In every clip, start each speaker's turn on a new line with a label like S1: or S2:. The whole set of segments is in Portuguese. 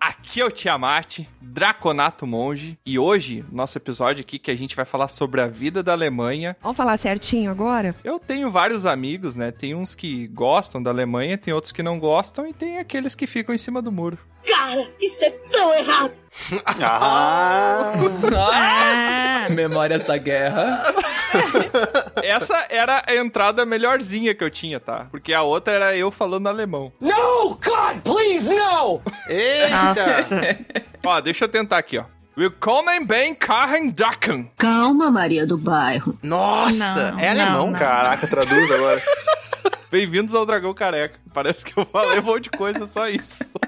S1: Aqui é o Tiamat, Draconato Monge, e hoje, nosso episódio aqui que a gente vai falar sobre a vida da Alemanha.
S2: Vamos falar certinho agora?
S1: Eu tenho vários amigos, né? Tem uns que gostam da Alemanha, tem outros que não gostam, e tem aqueles que ficam em cima do muro.
S3: Cara, isso é tão errado!
S4: Ah. Memórias da guerra.
S1: Essa era a entrada melhorzinha que eu tinha, tá? Porque a outra era eu falando alemão.
S5: Nossa.
S1: Ó, deixa eu tentar aqui, ó. Willkommen bem Karen Drachen.
S6: Calma, Maria do Bairro.
S5: Nossa, Não, é não, alemão, não. cara.
S7: Caraca, traduz agora.
S1: Bem-vindos ao Dragão Careca. Parece que eu falei um monte de coisa, só isso.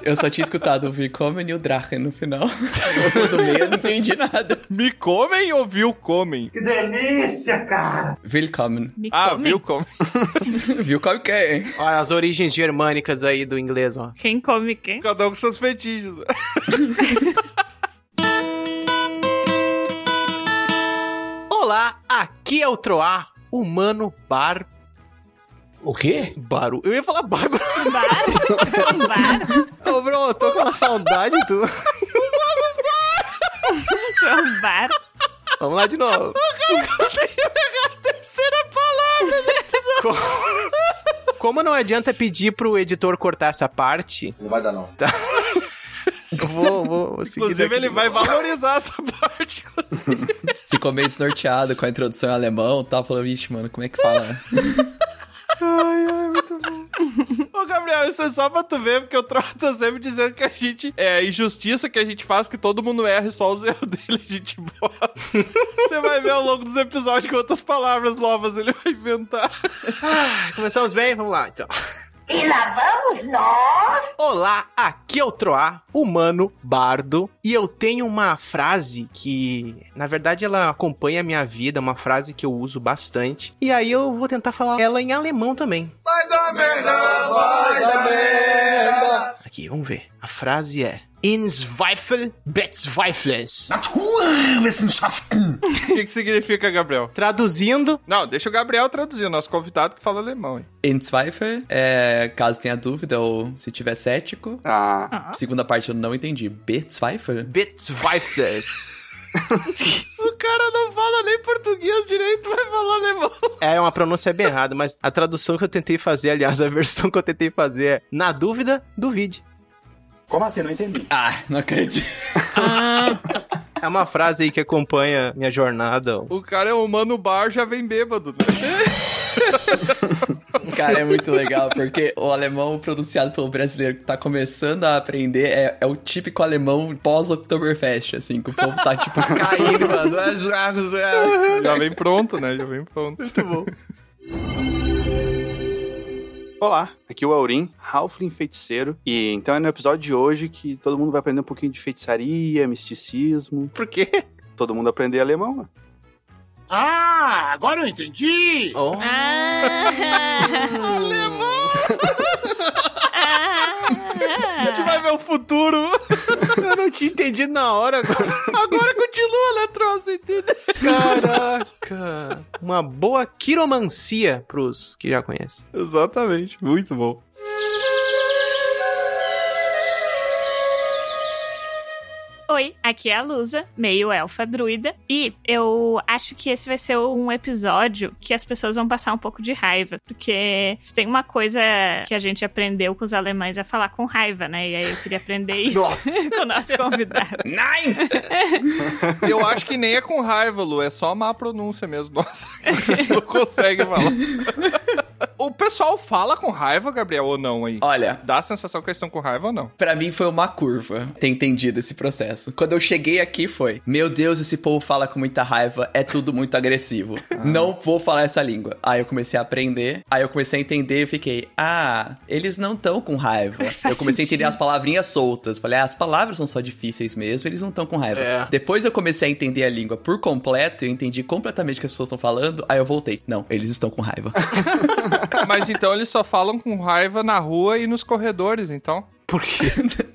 S4: Eu só tinha escutado o Willkommen e o Drachen no final. O do meio eu não entendi nada.
S1: Me comem ou viu comem?
S4: Willkommen.
S5: Me
S1: Ah,
S5: come.
S1: viu comem.
S4: Willkommen quem?
S7: Olha as origens germânicas aí do inglês, ó.
S5: Quem come quem?
S1: Cada um com seus fetiches.
S7: Olá, aqui é o Troá, humano bar...
S3: O quê?
S7: Baru... Eu ia falar bárbaro.
S5: Bar? Um Bar?
S7: Ô, bro, eu tô com uma saudade do...
S5: Então, Bar?
S7: Vamos lá de novo.
S1: é
S7: Co- Como não adianta pedir pro editor cortar essa parte,
S8: Não vai dar, não.
S7: eu vou, vou, vou seguir
S1: Inclusive,
S7: daqui.
S1: ele vai valorizar essa parte.
S4: Ficou meio desnorteado com a introdução em alemão e tal. Falou, vixe, mano, como é que fala?
S1: Ô, Gabriel, isso é só pra tu ver, porque o Troll tá sempre dizendo que a gente... É a injustiça que a gente faz, que todo mundo erra e só os erros dele a gente bota. Você vai ver ao longo dos episódios quantas palavras novas ele vai inventar.
S7: Começamos bem? Vamos lá, então.
S6: E lá vamos nós.
S7: Olá, aqui é o Troá, humano, bardo, e eu tenho uma frase que, na verdade, ela acompanha a minha vida, uma frase que eu uso bastante, e aí eu vou tentar falar ela em alemão também. Vai dar merda, vai dar merda. Aqui, vamos ver. A frase é... In Zweifel bezweifeles.
S3: Naturwissenschaften!
S1: O que, que significa, Gabriel?
S7: Traduzindo,
S1: Não, deixa o Gabriel traduzir, o nosso convidado que fala alemão, hein?
S4: In Zweifel, é, caso tenha dúvida ou se tiver cético.
S7: ah.
S4: Segunda parte eu não entendi. Bezweifel?
S7: bezweifeles.
S1: O cara não fala nem português direito, vai falar alemão.
S7: É uma pronúncia bem errada, mas a tradução que eu tentei fazer, aliás, a versão que eu tentei fazer é na dúvida, duvide.
S8: Como assim? Não entendi.
S4: Ah, não acredito.
S7: É uma frase aí que acompanha minha jornada.
S1: O cara é humano bar, já vem bêbado, né?
S4: Cara, é muito legal, porque o alemão pronunciado pelo brasileiro que tá começando a aprender é, é o típico alemão pós-Oktoberfest, assim, que o povo tá tipo caindo, mano. É,
S1: Já vem pronto, né? Já vem pronto. Muito bom.
S9: Olá, aqui é o Aurim, Halfling Feiticeiro, e então é no episódio de hoje que todo mundo vai aprender um pouquinho de feitiçaria, misticismo,
S7: Por quê?
S9: todo mundo aprender alemão, né?
S3: Ah, agora eu entendi!
S5: Ah.
S1: Alemão! A gente
S5: Ah.
S1: vai ver o futuro.
S7: Eu não tinha entendido na hora.
S1: Agora continua, né, troço, entendeu?
S7: Caraca! Uma boa quiromancia pros que já conhecem.
S1: Exatamente, muito bom.
S5: Oi, aqui é a Lusa, meio elfa druida, e eu acho que esse vai ser um episódio que as pessoas vão passar um pouco de raiva, porque se tem uma coisa que a gente aprendeu com os alemães é falar com raiva, né? E aí eu queria aprender isso com o nosso convidado.
S4: Nein!
S1: Eu acho que nem é com raiva, Lu, é só má pronúncia mesmo. Nossa, a gente não consegue falar. O pessoal fala com raiva, Gabriel, ou não aí?
S4: Olha,
S1: Dá a sensação que eles estão com raiva ou não?
S4: Pra mim foi uma curva ter entendido esse processo. Quando eu cheguei aqui foi, meu Deus, esse povo fala com muita raiva, é tudo muito agressivo.
S5: Ah.
S4: Não vou falar essa língua. Aí eu comecei a aprender, aí eu comecei a entender e fiquei, ah, eles não estão com raiva.
S5: Faz
S4: eu comecei a entender
S5: sentido.
S4: as palavrinhas soltas. Falei, ah, as palavras são só difíceis mesmo, eles não estão com raiva. Depois eu comecei a entender a língua por completo, eu entendi completamente o que as pessoas estão falando, aí eu voltei. Não, eles estão com raiva.
S1: Mas então eles só falam com raiva na rua e nos corredores, então.
S7: Por quê?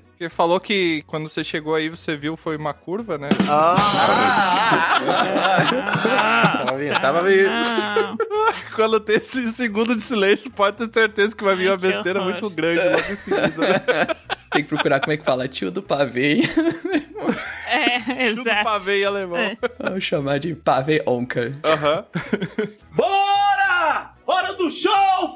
S1: Porque falou que quando você chegou aí, você viu, foi uma curva, né?
S7: Tava vendo, tava vendo.
S5: Não.
S1: Quando tem esse segundo de silêncio, pode ter certeza que vai vir
S5: Ai,
S1: uma
S5: que
S1: besteira
S5: horror.
S1: muito grande logo em seguida. né?
S4: Tem que procurar como é que fala. Tio do pavê.
S5: É,
S1: Tudo
S5: exato.
S1: pavê em alemão.
S5: É.
S4: Vamos chamar de pavê onca.
S1: Aham.
S10: Bora! Hora do show!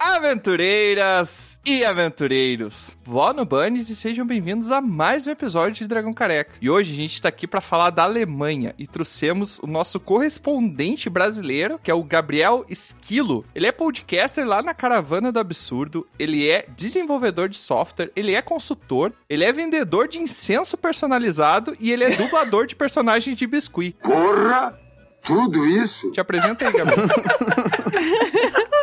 S1: Aventureiras e aventureiros, vó no Bunnies e sejam bem-vindos a mais um episódio de Dragão Careca. E hoje a gente tá aqui pra falar da Alemanha e trouxemos o nosso correspondente brasileiro, que é o Gabriel Esquilo. Ele é podcaster lá na Caravana do Absurdo, ele é desenvolvedor de software, ele é consultor, ele é vendedor de incenso personalizado e ele é dublador de personagens de biscuit.
S2: Porra! Tudo isso?
S1: Te apresenta aí, Gabriel.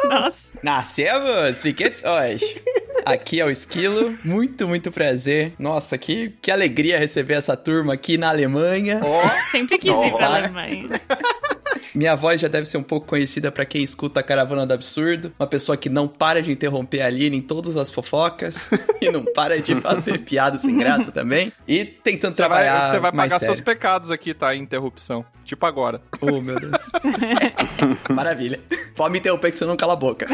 S5: Nossa.
S4: Nascemos, fiquetes hoje. Aqui é o Esquilo, muito, muito prazer. Nossa, que, que alegria receber essa turma aqui na Alemanha.
S5: Sempre quis ir pra
S4: Nossa.
S5: Alemanha.
S4: Minha voz já deve ser um pouco conhecida pra quem escuta a Caravana do Absurdo, uma pessoa que não para de interromper a Aline em todas as fofocas e não para de fazer piadas sem graça também. E tentando
S1: Você vai,
S4: trabalhar.
S1: você vai
S4: mais
S1: pagar
S4: sério.
S1: seus pecados aqui, tá? Interrupção. Tipo agora.
S4: Oh, meu Deus. Maravilha. Pode me interromper que você não cala a boca.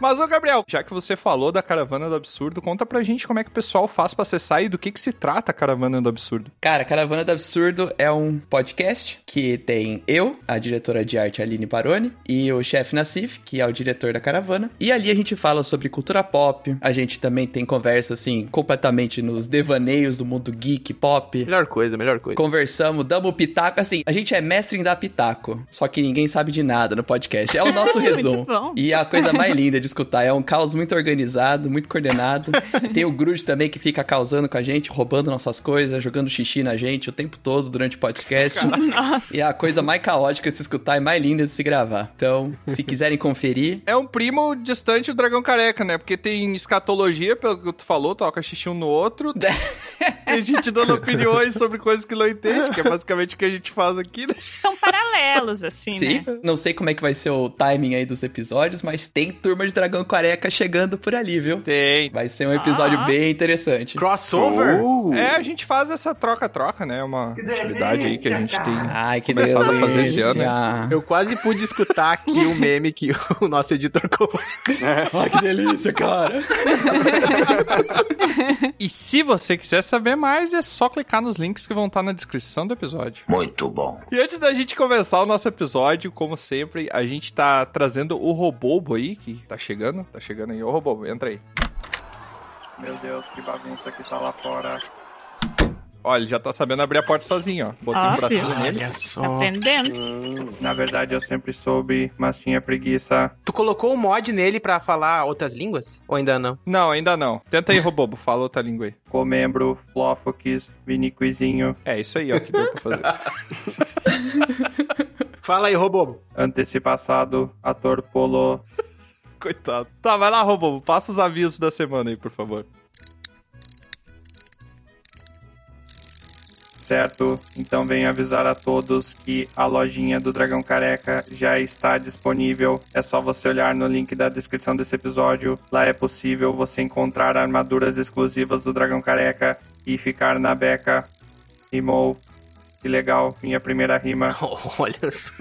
S1: Mas, ô Gabriel, já que você falou da Caravana do Absurdo, conta pra gente como é que o pessoal faz pra acessar e do que que se trata a Caravana do Absurdo.
S4: Cara, Caravana do Absurdo é um podcast que tem eu, a diretora de arte Aline Paroni, e o chefe Nassif, que é o diretor da caravana. E ali a gente fala sobre cultura pop, a gente também tem conversa, assim, completamente nos devaneios do mundo geek pop.
S9: Melhor coisa, melhor coisa.
S4: Conversamos, damos pitaco. Assim, a gente é mestre em dar pitaco. Só que ninguém sabe de nada no podcast. É o nosso
S5: Muito
S4: resumo.
S5: bom.
S4: E é a coisa mais linda de escutar. É um caos muito organizado, muito coordenado. Tem o Grude também que fica causando com a gente, roubando nossas coisas, jogando xixi na gente o tempo todo durante o podcast.
S5: Nossa.
S4: E é a coisa mais caótica de se escutar e mais linda de se gravar. Então, se quiserem conferir,
S1: É um primo distante do Dragão Careca, né? Porque tem escatologia, pelo que tu falou, toca xixi um no outro. tem gente dando opiniões sobre coisas que não entende, que é basicamente o que a gente faz aqui, né?
S5: Acho que são paralelos, assim,
S4: Sim,
S5: né?
S4: não sei como é que vai ser o timing aí dos episódios, mas tem turma de dragão careca chegando por ali, viu?
S1: Tem.
S4: Vai ser um episódio
S5: Ah.
S4: bem interessante.
S9: Crossover?
S3: Oh.
S1: É, a gente faz essa troca-troca, né? Uma atividade aí que a gente tem.
S4: Ai, que
S1: Começado a
S4: delícia.
S1: fazer esse ano,
S9: Eu quase pude escutar aqui o meme que o nosso editor colocou.
S4: Ai, que delícia, cara.
S1: E se você quiser saber mais, é só clicar nos links que vão estar na descrição do episódio.
S2: Muito bom.
S1: E antes da gente começar o nosso episódio, como sempre, a gente tá trazendo o Robobo aí, que tá chegando, tá chegando aí. Ô Robobo, entra aí. Meu Deus, que bagunça que tá lá fora. Olha, ele já tá sabendo abrir a porta sozinho, ó. Botei um
S5: Óbvio.
S1: bracinho nele.
S9: só.
S5: Aprendendo.
S1: Na verdade, eu sempre soube, mas tinha preguiça.
S9: Tu colocou um mod nele pra falar outras línguas? Ou ainda não?
S1: Não, ainda não. Tenta aí, Robobo, fala outra língua aí. Comembro, Flófoques, Viniquizinho. É, isso aí, ó, que deu pra fazer.
S9: Fala aí, Robobo.
S1: Antepassado, ator polo. Coitado. Tá, vai lá, Robobo. Passa os avisos da semana aí, por favor. Certo, então venho avisar a todos que a lojinha do Dragão Careca já está disponível. É só você olhar no link da descrição desse episódio. Lá é possível você encontrar armaduras exclusivas do Dragão Careca e ficar na beca. Rimou. Que legal, minha primeira rima.
S9: Olha só.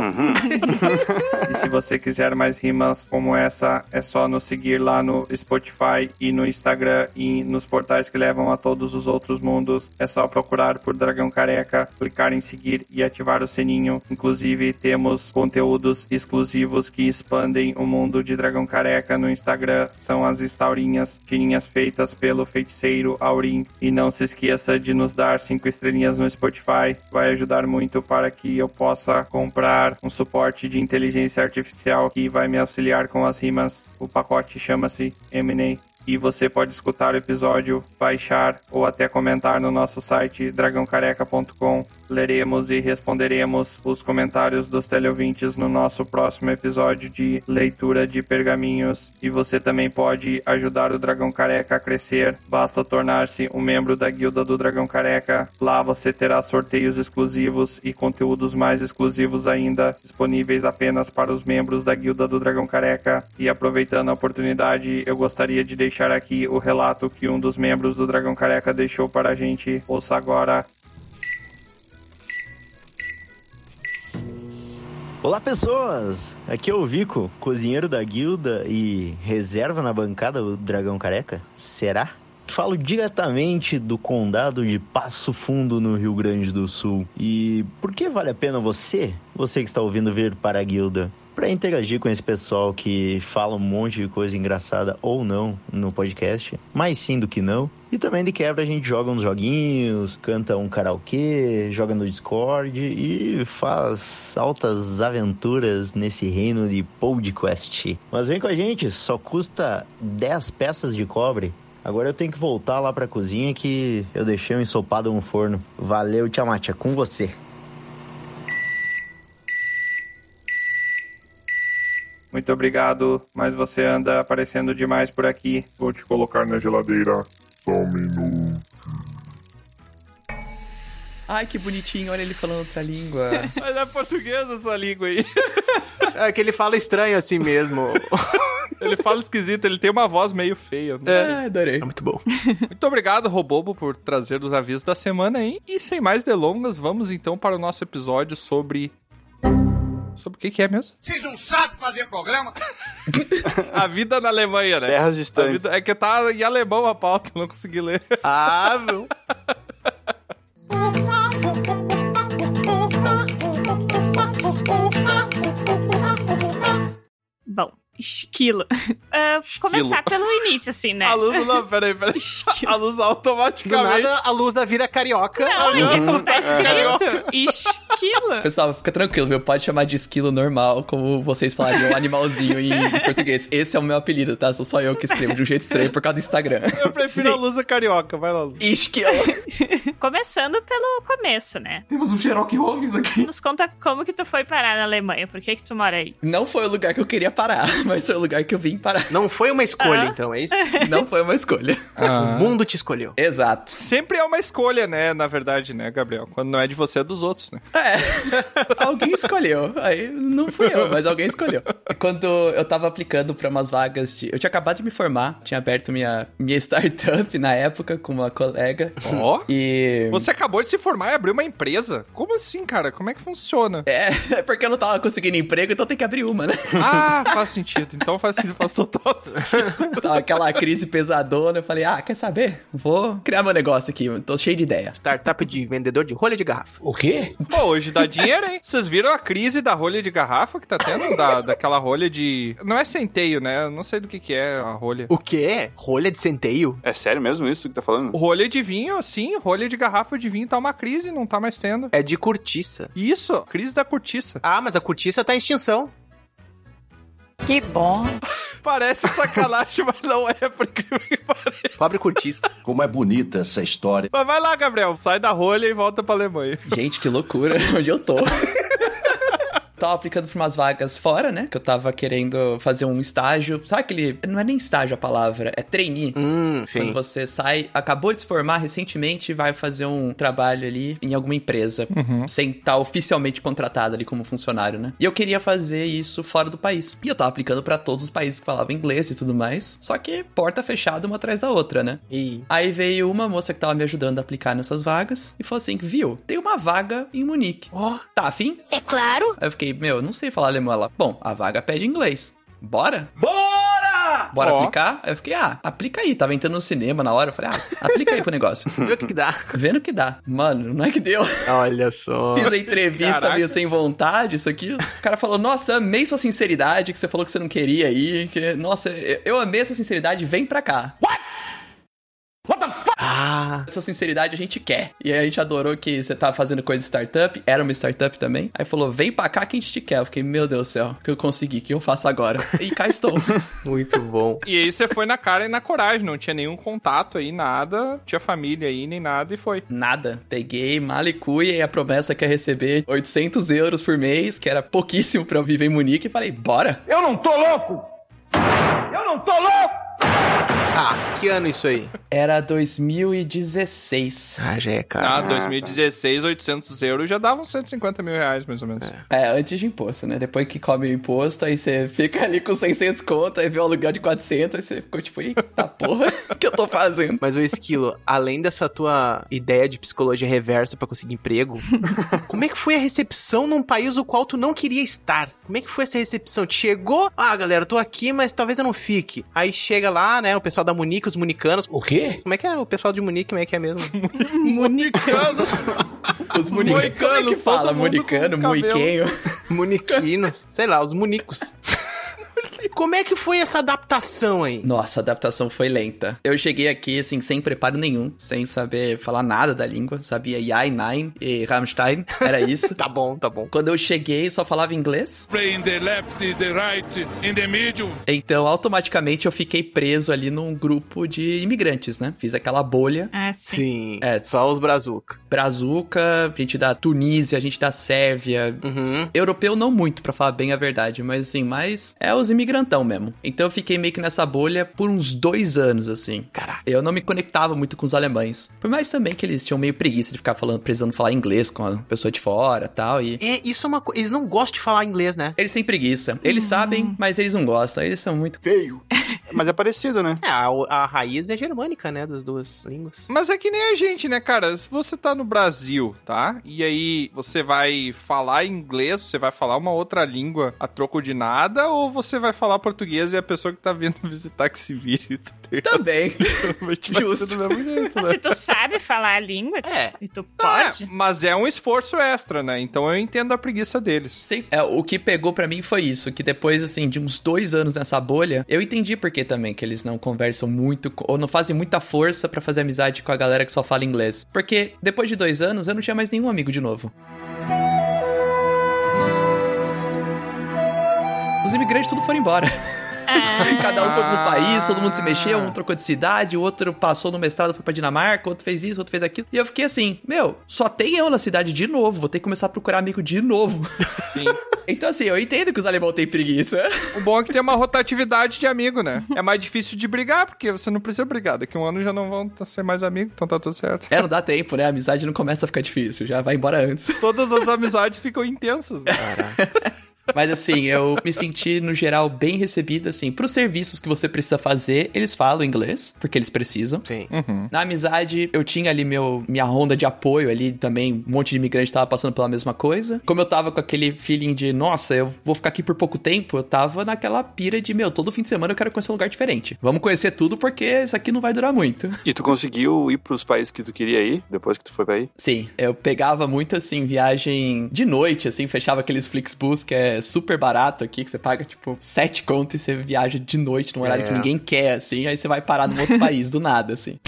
S1: E se você quiser mais rimas como essa, é só nos seguir lá no Spotify e no Instagram e nos portais que levam a todos os outros mundos. É só procurar por Dragão Careca, clicar em seguir e ativar o sininho. Inclusive, temos conteúdos exclusivos que expandem o mundo de Dragão Careca no Instagram. São as estaurinhas, tirinhas feitas pelo feiticeiro Aurim. E não se esqueça de nos dar cinco estrelinhas no Spotify. Vai ajudar muito para que eu possa comprar um suporte de inteligência artificial que vai me auxiliar com as rimas. O pacote chama-se M&A. E você pode escutar o episódio, baixar ou até comentar no nosso site dragãocareca.com. Leremos e responderemos os comentários dos teleouvintes no nosso próximo episódio de leitura de pergaminhos. E você também pode ajudar o Dragão Careca a crescer. Basta tornar-se um membro da Guilda do Dragão Careca. Lá você terá sorteios exclusivos e conteúdos mais exclusivos ainda, disponíveis apenas para os membros da Guilda do Dragão Careca. E aproveitando a oportunidade, eu gostaria de deixar aqui o relato que um dos membros do Dragão Careca deixou para a gente. Ouça agora.
S7: Olá pessoas! Aqui é o Vico, cozinheiro da guilda e reserva na bancada do Dragão Careca. Será? falo diretamente do condado de Passo Fundo, no Rio Grande do Sul. E por que vale a pena você, você que está ouvindo, vir para a guilda? Para interagir com esse pessoal que fala um monte de coisa engraçada ou não no podcast, mais sim do que não. E também de quebra a gente joga uns joguinhos, canta um karaokê, joga no Discord e faz altas aventuras nesse reino de podcast. Mas vem com a gente, só custa 10 peças de cobre. Agora eu tenho que voltar lá pra cozinha que eu deixei um ensopado no forno. Valeu, Tiamat, é com você.
S11: Muito obrigado, mas você anda aparecendo demais por aqui. Vou te colocar na geladeira. Só um minuto.
S4: Ai, que bonitinho, olha ele falando outra língua.
S1: Mas é português essa língua aí.
S9: É que ele fala estranho assim mesmo.
S1: Ele fala esquisito, ele tem uma voz meio feia. né?
S4: É, adorei.
S9: É muito bom.
S1: Muito obrigado, Robobo, por trazer os avisos da semana aí. E sem mais delongas, vamos então para o nosso episódio sobre. Sobre o que, que é mesmo?
S10: Vocês não sabem fazer programa?
S1: A vida na Alemanha, né?
S3: Terras
S1: A
S3: distantes.
S1: vida... É que tá em alemão a pauta, não consegui ler.
S9: Ah, meu.
S5: Bom, esquilo. Ah, começar pelo início, assim, né?
S1: A luz não, peraí, peraí. A luz
S9: Do
S1: automaticamente.
S9: nada a Lusa vira carioca.
S5: Não, é isso tá
S4: É.
S5: escrito. Esquilo.
S4: Pessoal, fica tranquilo, viu? Pode chamar de esquilo normal, como vocês falariam um animalzinho em em português. Esse é o meu apelido, tá? Sou só eu que escrevo de um jeito estranho por causa do Instagram.
S1: Eu prefiro a luz carioca, vai lá, Luz.
S4: Esquilo.
S5: Começando pelo começo, né?
S12: Temos um Sherlock Holmes aqui.
S5: Nos conta como que tu foi parar na Alemanha, por que que tu mora aí?
S4: Não foi o lugar que eu queria parar, mas foi o lugar que eu vim parar. Ah.
S9: Não foi uma escolha, então, é isso?
S4: Não foi uma escolha.
S9: O mundo te escolheu.
S4: Exato.
S1: Sempre é uma escolha, né? Na verdade, né, Gabriel? Quando não é de você, é dos outros, né?
S4: É. alguém escolheu. Aí não fui eu, mas alguém escolheu. Quando eu tava aplicando pra umas vagas de. Eu tinha acabado de me formar, tinha aberto minha, minha startup na época com uma colega.
S1: Ó.
S4: E.
S1: Você acabou de se formar e abriu uma empresa? Como assim, cara? Como é que funciona?
S4: É, é porque eu não tava conseguindo emprego, então tem que abrir uma, né?
S1: Ah, faz sentido. Então faz, faz total sentido.
S4: Tava aquela crise pesadona, eu falei, ah, quer saber? Vou criar meu negócio aqui, eu tô cheio de ideia.
S9: Startup de vendedor de rolha de garrafa.
S10: O quê?
S1: Pô, hoje dá dinheiro, hein? Vocês viram a crise da rolha de garrafa que tá tendo? Da, daquela rolha de... Não é centeio, né? Eu não sei do que que é a rolha.
S9: O quê? Rolha de centeio?
S3: É sério mesmo isso que tá falando?
S1: Rolha de vinho, sim. Rolha de garrafa de vinho tá uma crise, não tá mais tendo.
S9: É de cortiça.
S1: Isso, crise da cortiça.
S9: Ah, mas a cortiça tá em extinção.
S6: Que bom.
S1: Parece sacanagem, mas não é, por incrível que pareça.
S9: Pobre cortiça.
S12: Como é bonita essa história.
S1: Mas vai lá, Gabriel. Sai da rolha e volta pra Alemanha.
S4: Gente, que loucura, onde eu tô? Tava aplicando pra umas vagas fora, né? Que eu tava querendo fazer um estágio. Sabe aquele. Não é nem estágio a palavra, é trainee.
S9: Hum,
S4: Quando você sai, acabou de se formar recentemente e vai fazer um trabalho ali em alguma empresa,
S1: Uhum.
S4: sem estar oficialmente contratado ali como funcionário, né? E eu queria fazer isso fora do país. E eu tava aplicando pra todos os países que falavam inglês e tudo mais, só que porta fechada uma atrás da outra, né?
S9: E
S4: Aí veio uma moça que tava me ajudando a aplicar nessas vagas e falou assim: viu, tem uma vaga em Munique.
S9: Ó.
S4: Tá afim?
S6: É claro.
S4: Aí eu fiquei, meu, não sei falar alemão. Ela, bom, a vaga pede inglês. Bora? Bora! Bora
S1: Ó.
S4: aplicar? Aí eu fiquei, ah, aplica aí. Tava entrando no cinema na hora. Eu falei, ah, aplica aí pro negócio.
S9: vê o que, que dá.
S4: Vendo que dá. Mano, não é que deu.
S9: Olha só.
S4: Fiz a entrevista
S1: Caraca.
S4: meio sem vontade, isso aqui. O cara falou, nossa, amei sua sinceridade, que você falou que você não queria ir. Que, nossa, eu eu amei essa sinceridade, vem pra cá.
S9: Ah,
S4: Essa sinceridade a gente quer. E aí a gente adorou que você tava fazendo coisa de startup, era uma startup também. Aí falou, vem pra cá que a gente te quer. Eu fiquei, meu Deus do céu, o que eu consegui, o que eu faço agora? E cá estou.
S9: muito bom.
S1: E aí você foi na cara e na coragem, não tinha nenhum contato aí, nada, tinha família aí, nem nada, e foi.
S4: Nada. Peguei malicuia e a promessa que ia receber 800 euros por mês, que era pouquíssimo pra eu viver em Munique, e falei, bora.
S10: Eu não tô louco! Eu não tô louco!
S9: Ah, que ano isso aí?
S4: Era 2016.
S9: Ah, já é caro.
S1: Ah, 2016, 800 euros já davam 150 mil reais, mais ou menos.
S4: É, antes de imposto, né? Depois que come o imposto, aí você fica ali com 600 conto, aí vê o aluguel de 400, aí você ficou tipo, eita porra, o que eu tô fazendo?
S9: Mas o Esquilo, além dessa tua ideia de psicologia reversa pra conseguir emprego, como é que foi a recepção num país o qual tu não queria estar? Como é que foi essa recepção? Tu Chegou, ah, galera, eu tô aqui, mas talvez eu não fique. Aí chega lá, né, o pessoal da Munique, os municanos.
S13: O quê?
S9: Como é que é o pessoal de Munique? Como é que é mesmo?
S1: Municanos.
S4: Os municanos. Como é que fala? Municano, muiquenho.
S9: Muniquinos. Sei lá, os municos. Como é que foi essa adaptação aí?
S4: Nossa, a adaptação foi lenta. Eu cheguei aqui, assim, sem preparo nenhum, sem saber falar nada da língua. Sabia Yai Nine e Rammstein, era isso.
S9: tá bom, tá bom.
S4: Quando eu cheguei, só falava inglês.
S14: Play in the left, the right, in the middle.
S4: Então, automaticamente, eu fiquei preso ali num grupo de imigrantes, né? Fiz aquela bolha.
S5: Ah, sim.
S9: Sim, é. só os brazuca.
S4: Brazuca, gente da Tunísia, gente da Sérvia.
S9: Uhum.
S4: Europeu não muito, pra falar bem a verdade, mas assim, mas é os imigrantes imigrantão mesmo. Então eu fiquei meio que nessa bolha por uns dois anos, assim.
S9: Caraca.
S4: Eu não me conectava muito com os alemães. Por mais também que eles tinham meio preguiça de ficar falando, precisando falar inglês com a pessoa de fora tal. E...
S9: É, isso é uma coisa. Eles não gostam de falar inglês, né?
S4: Eles têm preguiça. Eles hum. sabem, mas eles não gostam. Eles são muito
S3: feio. mas é parecido, né?
S9: É, a, a, raiz é germânica, né? Das duas línguas.
S1: Mas é que nem a gente, né, cara? Se você tá no Brasil, tá? E aí você vai falar inglês, você vai falar uma outra língua a troco de nada, ou você vai falar português e a pessoa que tá vindo visitar que se vire.
S4: Tá Também.
S5: Justo. Jeito, né? Se tu sabe falar a língua
S9: é.
S5: e tu pode.
S1: É, mas é um esforço extra, né? Então eu entendo a preguiça deles.
S4: Sim. É, o que pegou para mim foi isso, que depois, assim, de uns dois anos nessa bolha, eu entendi por que também que eles não conversam muito ou não fazem muita força para fazer amizade com a galera que só fala inglês. Porque depois de dois anos eu não tinha mais nenhum amigo de novo. Os imigrantes tudo foram embora. Cada um foi pro país, todo mundo se mexeu, um trocou de cidade, o outro passou no mestrado, foi pra Dinamarca, outro fez isso, outro fez aquilo. E eu fiquei assim, meu, só tem eu na cidade de novo, vou ter que começar a procurar amigo de novo.
S1: Sim.
S4: então, assim, eu entendo que os alemães têm preguiça.
S1: O bom é que tem uma rotatividade de amigo, né? É mais difícil de brigar, porque você não precisa brigar. Daqui um ano já não vão ser mais amigos, então tá tudo certo.
S4: É, não dá tempo, né? A amizade não começa a ficar difícil, já vai embora antes.
S1: Todas as amizades ficam intensas, né? Caraca.
S4: Mas assim, eu me senti, no geral, bem recebido, assim. Pros serviços que você precisa fazer, eles falam inglês, porque eles precisam.
S9: Sim.
S1: Uhum.
S4: Na amizade, eu tinha ali meu, minha ronda de apoio ali também. Um monte de imigrante tava passando pela mesma coisa. Como eu tava com aquele feeling de, nossa, eu vou ficar aqui por pouco tempo, eu tava naquela pira de, meu, todo fim de semana eu quero conhecer um lugar diferente. Vamos conhecer tudo porque isso aqui não vai durar muito.
S3: E tu conseguiu ir pros países que tu queria ir depois que tu foi pra aí?
S4: Sim. Eu pegava muito, assim, viagem de noite, assim, fechava aqueles Flixbus que é super barato aqui, que você paga, tipo, sete conto e você viaja de noite num horário é. que ninguém quer, assim, aí você vai parar num outro país do nada, assim.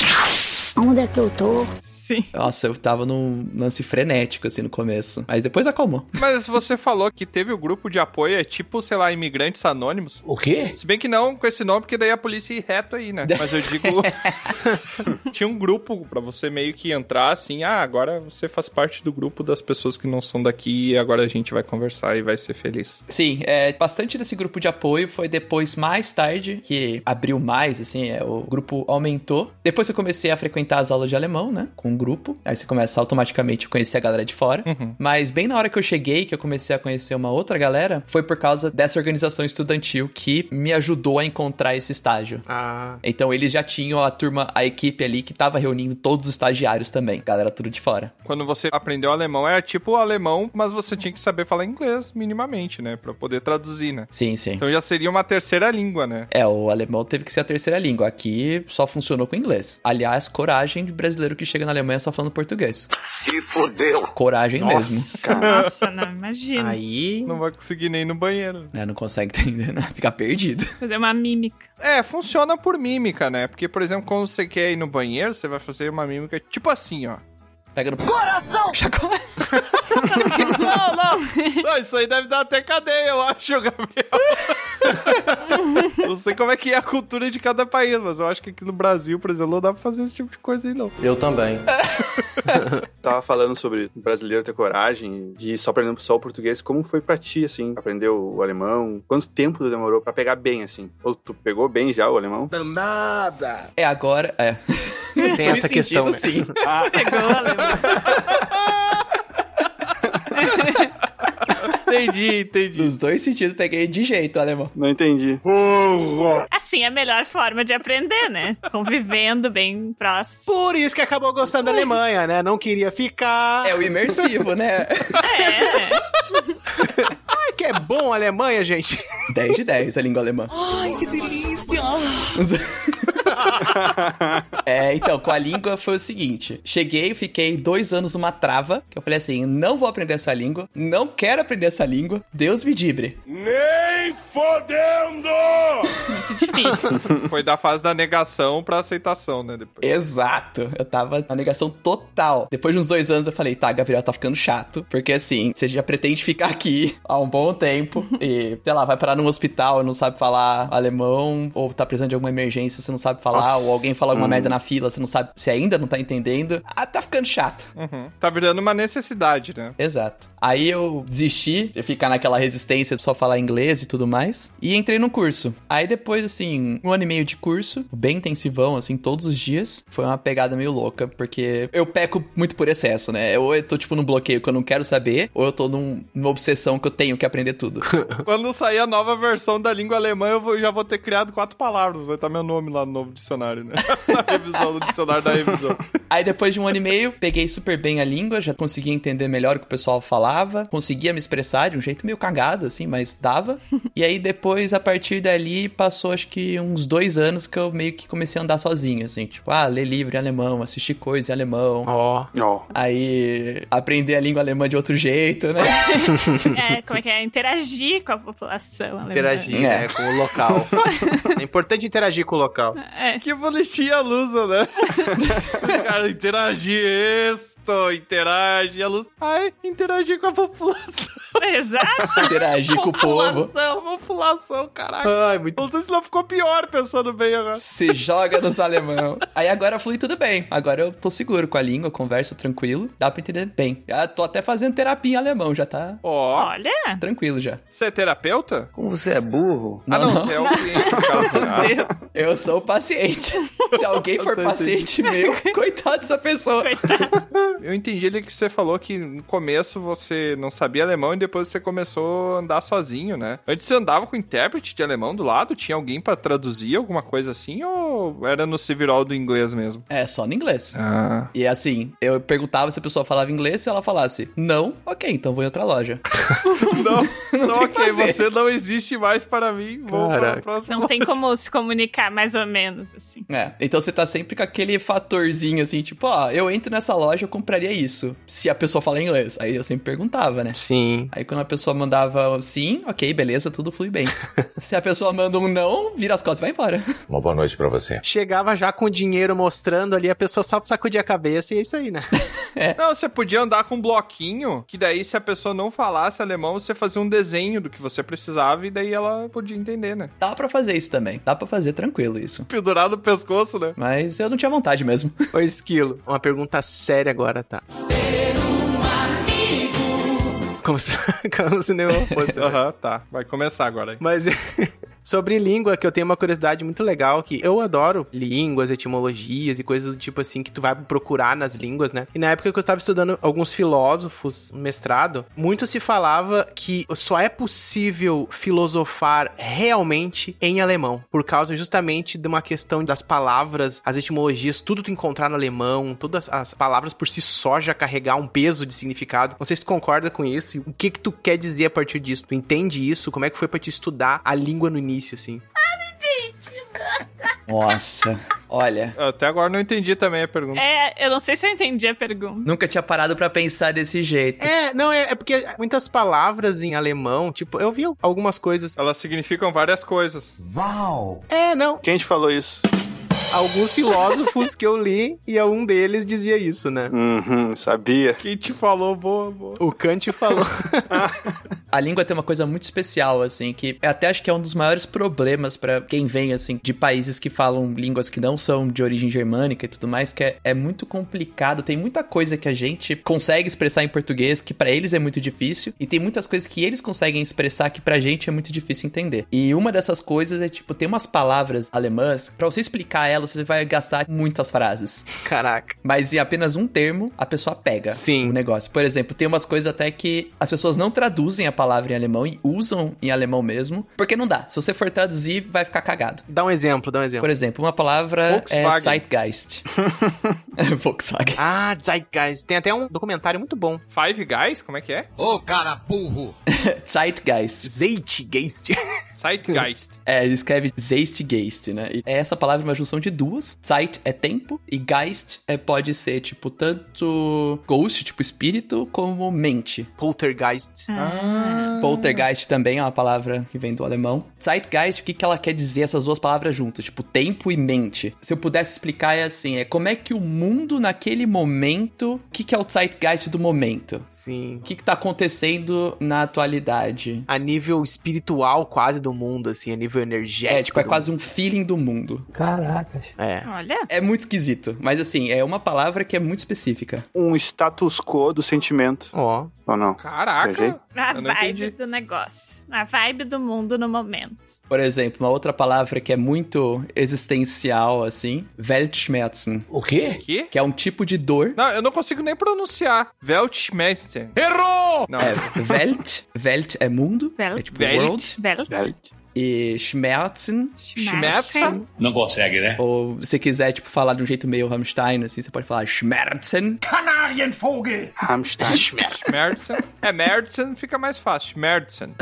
S6: Onde é que eu tô?
S4: Ah.
S5: Sim.
S4: Nossa, eu tava num lance frenético, assim, no começo. Mas depois acalmou.
S1: Mas você falou que teve o um grupo de apoio, é tipo, sei lá, imigrantes anônimos.
S13: O quê?
S1: Se bem que não com esse nome, porque daí a polícia ir reto aí, né? Mas eu digo. Tinha um grupo pra você meio que entrar assim, ah, agora você faz parte do grupo das pessoas que não são daqui e agora a gente vai conversar e vai ser feliz.
S4: Sim, é, bastante desse grupo de apoio foi depois, mais tarde, que abriu mais, assim, é, o grupo aumentou. Depois eu comecei a frequentar frequentar as aulas de alemão, né? Com um grupo. Aí você começa automaticamente a conhecer a galera de fora.
S1: Uhum.
S4: Mas bem na hora que eu cheguei, que eu comecei a conhecer uma outra galera, foi por causa dessa organização estudantil que me ajudou a encontrar esse estágio.
S9: Ah.
S4: Então eles já tinham a turma, a equipe ali que tava reunindo todos os estagiários também. Galera tudo de fora.
S1: Quando você aprendeu alemão, era tipo alemão, mas você tinha que saber falar inglês minimamente, né? Pra poder traduzir, né?
S4: Sim, sim.
S1: Então já seria uma terceira língua, né?
S4: É, o alemão teve que ser a terceira língua. Aqui só funcionou com inglês. Aliás, coragem coragem de brasileiro que chega na Alemanha só falando português.
S2: Se fodeu.
S4: Coragem
S5: Nossa,
S4: mesmo.
S5: Nossa, não imagina.
S9: Aí.
S1: Não vai conseguir nem ir no banheiro. né?
S4: É, não consegue ainda, né? Fica perdido.
S5: Fazer uma mímica.
S1: É, funciona por mímica, né? Porque, por exemplo, quando você quer ir no banheiro, você vai fazer uma mímica tipo assim, ó.
S4: Pega no.
S6: Coração!
S4: Chacoalha!
S1: não, não. não, isso aí deve dar até cadeia, eu acho, Gabriel. não sei como é que é a cultura de cada país, mas eu acho que aqui no Brasil, por exemplo, não dá pra fazer esse tipo de coisa aí, não.
S4: Eu também.
S3: Tava falando sobre o brasileiro ter coragem de só aprender só o português. Como foi pra ti, assim, aprender o alemão? Quanto tempo tu demorou pra pegar bem, assim? Ou tu pegou bem já o alemão?
S13: Danada!
S4: É, agora... É.
S9: Tem Foi essa questão, né?
S4: sim.
S5: Ah. Pegou o alemão.
S1: entendi, entendi.
S4: Nos dois sentidos, peguei de jeito, alemão.
S3: Não entendi.
S5: Assim é a melhor forma de aprender, né? Convivendo bem próximo.
S9: Por isso que acabou gostando da Alemanha, né? Não queria ficar.
S4: É o imersivo, né?
S5: É.
S9: Ai, que é bom a Alemanha, gente.
S4: 10 de 10 a língua alemã.
S6: Ai, que delícia!
S4: é, então, com a língua foi o seguinte: cheguei, fiquei dois anos numa trava, que eu falei assim: não vou aprender essa língua, não quero aprender essa língua, Deus me dibre.
S14: Nem fodendo!
S5: Muito difícil.
S1: Foi da fase da negação pra aceitação, né? Depois.
S4: Exato. Eu tava na negação total. Depois de uns dois anos eu falei, tá, Gabriel, tá ficando chato. Porque assim, você já pretende ficar aqui há um bom tempo e, sei lá, vai parar num hospital, não sabe falar alemão, ou tá precisando de alguma emergência, você não sabe falar,
S1: Nossa.
S4: ou alguém fala alguma
S1: Hum.
S4: merda na fila, você não sabe, você ainda não tá entendendo. Ah, tá ficando chato.
S1: Uhum. Tá virando uma necessidade, né?
S4: Exato. Aí eu desisti de ficar naquela resistência de só falar inglês e tudo mais. E entrei num curso. Aí depois, assim, um ano e meio de curso, bem intensivão, assim, todos os dias. Foi uma pegada meio louca, porque eu peco muito por excesso, né? Ou eu tô, tipo, num bloqueio que eu não quero saber, ou eu tô num- numa obsessão que eu tenho que aprender tudo.
S1: Quando sair a nova versão da língua alemã, eu vou- já vou ter criado quatro palavras. Vai estar meu nome lá no novo dicionário, né? Na revisão, no dicionário da revisão.
S4: Aí depois de um ano e meio, peguei super bem a língua, já conseguia entender melhor o que o pessoal falava, conseguia me expressar de um jeito meio cagado, assim, mas dava. E aí depois, a partir dali, passou acho que uns dois anos que eu meio que comecei a andar sozinho, assim, tipo, ah, ler livro em alemão, assistir coisa em alemão.
S9: Ó.
S4: Aí aprender a língua alemã de outro jeito, né?
S5: É, como é que é? Interagir com a população alemã.
S9: Interagir, né? Com o local. é importante interagir com o local.
S1: Que bonitinha a Lusa, né? Cara, interagir isto, interage. E a Lusa, ai, interagir com a população.
S5: Exato.
S4: Interagir com o povo.
S1: População, população, caraca.
S9: Ai, muito...
S1: Não sei se não ficou pior pensando bem né? agora.
S4: Se joga nos alemão. Aí agora flui tudo bem. Agora eu tô seguro com a língua, converso tranquilo. Dá pra entender bem. Já tô até fazendo terapia em alemão, já tá
S1: Ó,
S5: Olha!
S4: tranquilo já.
S1: você é terapeuta?
S13: Como você é burro?
S1: ah, não,
S4: não.
S1: você é o cliente, no caso. né?
S4: Eu sou o paciente. Se alguém for
S1: Coitado.
S4: paciente meu, coitado dessa pessoa.
S1: Eu entendi ali que você falou que no começo você não sabia alemão e depois você começou a andar sozinho, né? Antes você andava com o intérprete de alemão do lado? Tinha alguém pra traduzir alguma coisa assim? Ou era no civirol do inglês mesmo?
S4: É, só no inglês.
S1: Ah.
S4: E assim, eu perguntava se a pessoa falava inglês, se ela falasse não, ok, então vou em outra loja.
S1: Não, não
S4: tem que
S1: ok,
S4: fazer.
S1: você não existe mais para mim. Vou para
S4: Caraca.
S1: o próximo.
S5: Não tem como se comunicar mais ou menos, assim.
S4: É, então você tá sempre com aquele fatorzinho assim, tipo, ó, eu entro nessa loja, eu compraria isso, se a pessoa falar inglês. Aí eu sempre perguntava, né?
S9: Sim.
S4: Aí quando a pessoa mandava um sim, ok, beleza, tudo flui bem. se a pessoa manda um não, vira as costas e vai embora.
S15: Uma boa noite pra você.
S9: Chegava já com o dinheiro mostrando ali, a pessoa só sacudia a cabeça e é isso aí, né?
S1: Não, você podia andar com um bloquinho, que daí se a pessoa não falasse alemão, você fazia um desenho do que você precisava e daí ela podia entender, né?
S4: Dá pra fazer isso também, dá pra fazer tranquilo isso.
S1: Pendurar no pescoço, né?
S4: Mas eu não tinha vontade mesmo.
S9: Ô, Esquilo, uma pergunta séria agora, tá? Como se, como se não fosse.
S1: Aham, tá. Vai começar agora. Aí.
S9: Mas sobre língua, que eu tenho uma curiosidade muito legal, que eu adoro línguas, etimologias e coisas do tipo assim que tu vai procurar nas línguas, né? E na época que eu estava estudando alguns filósofos no mestrado, muito se falava que só é possível filosofar realmente em alemão, por causa justamente de uma questão das palavras, as etimologias, tudo tu encontrar no alemão, todas as palavras por si só já carregar um peso de significado. Não sei se tu concorda com isso, e o que que tu quer dizer a partir disso? Tu entende isso? Como é que foi pra te estudar a língua no início, assim?
S4: Nossa, olha.
S1: Até agora não entendi também a pergunta.
S5: É, eu não sei se eu entendi a pergunta.
S4: Nunca tinha parado pra pensar desse jeito.
S9: É, não, é, é porque muitas palavras em alemão, tipo, eu vi algumas coisas.
S1: Elas significam várias coisas.
S9: Uau! É, não.
S3: Quem te falou isso?
S9: Alguns filósofos que eu li e um deles dizia isso, né?
S3: Uhum, sabia.
S1: Quem te falou, boa, boa.
S9: O Kant falou.
S4: A língua tem uma coisa muito especial, assim, que eu até acho que é um dos maiores problemas pra quem vem, assim, de países que falam línguas que não são de origem germânica e tudo mais, que é, é muito complicado. Tem muita coisa que a gente consegue expressar em português que pra eles é muito difícil, e tem muitas coisas que eles conseguem expressar que pra gente é muito difícil entender. E uma dessas coisas é, tipo, tem umas palavras alemãs, pra você explicar elas, você vai gastar muitas frases.
S9: Caraca.
S4: Mas em apenas um termo, a pessoa pega
S9: Sim.
S4: o negócio. Por exemplo, tem umas coisas até que as pessoas não traduzem a palavra em alemão e usam em alemão mesmo, porque não dá. Se você for traduzir, vai ficar cagado.
S9: Dá um exemplo, dá um exemplo.
S4: Por exemplo, uma palavra é
S9: Volkswagen.
S4: Zeitgeist. Volkswagen.
S9: Ah, Zeitgeist. Tem até um documentário muito bom.
S1: Five Guys? Como é que é?
S9: Ô, cara burro!
S4: Zeitgeist.
S9: Zeitgeist.
S1: Zeitgeist.
S4: É, ele escreve Zeitgeist, né? E essa palavra é uma junção de duas. Zeit é tempo e Geist é, pode ser, tipo, tanto ghost, tipo espírito, como mente.
S9: Poltergeist.
S4: Ah. Poltergeist também é uma palavra que vem do alemão. Zeitgeist, o que, que ela quer dizer essas duas palavras juntas? Tipo, tempo e mente. Se eu pudesse explicar, é assim, é como é que o mundo naquele momento... O que, que é o Zeitgeist do momento?
S9: Sim.
S4: O que, que tá acontecendo na atualidade?
S9: A nível espiritual quase do mundo, assim, a nível energético.
S4: É, tipo, é quase um feeling do mundo.
S9: Caracas. É.
S5: Olha.
S4: É muito esquisito, mas assim, é uma palavra que é muito específica.
S3: Um status quo do sentimento.
S9: Ó.
S3: Ou não? Viajei?
S5: Caraca! A
S3: Eu não
S5: vibe
S3: entendi.
S5: do negócio. A vibe do mundo no momento.
S4: Por exemplo, uma outra palavra que é muito existencial, assim, Weltschmerzen.
S1: O quê? quê?
S4: Que é um tipo de dor.
S1: Não, eu não consigo nem pronunciar. Weltmeister.
S4: Errou!
S1: Não.
S4: É, Welt. Welt é mundo.
S5: Welt.
S4: É tipo
S1: Welt.
S4: world.
S5: Welt.
S4: E Schmerzen.
S1: Schmerzen.
S4: Não consegue, né? Ou se quiser, tipo, falar de um jeito meio Rammstein, assim, você pode falar Schmerzen.
S14: Kanarienvogel!
S3: Hamstein.
S1: Schmerzen. É, Merzen fica mais fácil. Schmerzen.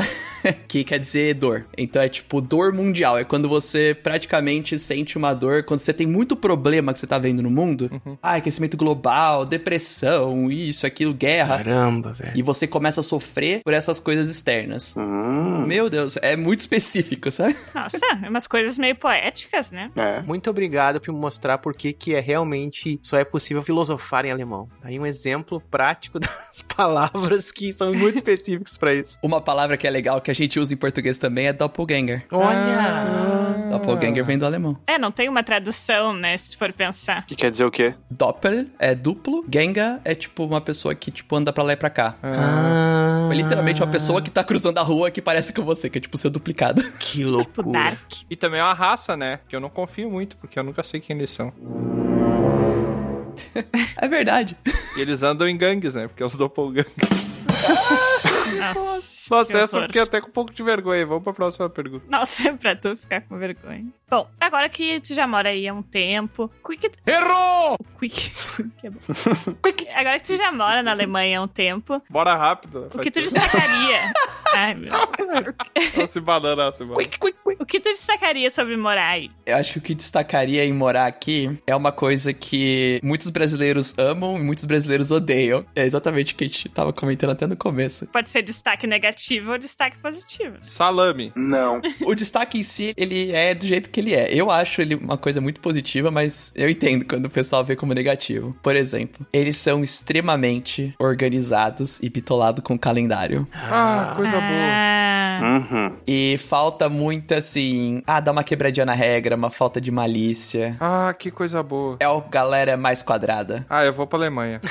S4: que quer dizer dor. Então é tipo dor mundial. É quando você praticamente sente uma dor, quando você tem muito problema que você tá vendo no mundo. Ah, aquecimento global, depressão, isso, aquilo, guerra.
S9: Caramba, velho.
S4: E você começa a sofrer por essas coisas externas.
S3: Hum,
S4: Meu Deus, é muito específico, sabe?
S5: Nossa, é umas coisas meio poéticas, né?
S3: é.
S9: Muito obrigado por me mostrar por que que é realmente só é possível filosofar em alemão. Aí um exemplo prático das palavras que são muito específicas pra isso.
S4: Uma palavra que é legal que a gente usa em português também é doppelganger.
S9: Olha!
S1: Ah.
S4: Doppelganger vem do alemão.
S5: É, não tem uma tradução, né? Se for pensar.
S3: Que quer dizer o quê?
S4: Doppel é duplo, Genga é tipo uma pessoa que tipo anda pra lá e pra cá.
S9: Ah,
S4: É literalmente uma pessoa que tá cruzando a rua que parece com você, que é tipo seu duplicado.
S9: Que
S5: Tipo Dark.
S1: E também é uma raça, né? Que eu não confio muito, porque eu nunca sei quem eles são.
S4: É verdade.
S1: E eles andam em gangues, né? Porque é os doppelgangers.
S5: Nossa,
S1: Nossa,
S5: que
S1: essa eu
S5: horror.
S1: fiquei até com um pouco de vergonha. Vamos pra próxima pergunta.
S5: Nossa, é pra tu ficar com vergonha. Bom, agora que tu já mora aí há um tempo. Quick.
S14: Errou!
S5: Quick. quick é bom. Quick. Agora que tu já mora na Alemanha há um tempo,
S1: Bora rápido.
S5: o que tu destacaria? Ai, meu.
S1: Ela Tá se banana, se banana.
S5: O que tu destacaria sobre morar aí?
S4: Eu acho que o que destacaria em morar aqui é uma coisa que muitos brasileiros amam e muitos brasileiros odeiam. É exatamente o que a gente tava comentando até no começo.
S5: Pode ser destaque negativo ou destaque positivo.
S1: Salame.
S3: Não.
S4: O destaque em si, ele é do jeito que ele é. Eu acho ele uma coisa muito positiva, mas eu entendo quando o pessoal vê como negativo. Por exemplo, eles são extremamente organizados e bitolados com o calendário.
S1: Ah, coisa boa.
S5: Ah,
S3: Uhum.
S4: E falta muito assim. Ah, dá uma quebradinha na regra, uma falta de malícia.
S1: Ah, que coisa boa.
S4: É o galera mais quadrada.
S1: Ah, eu vou pra Alemanha.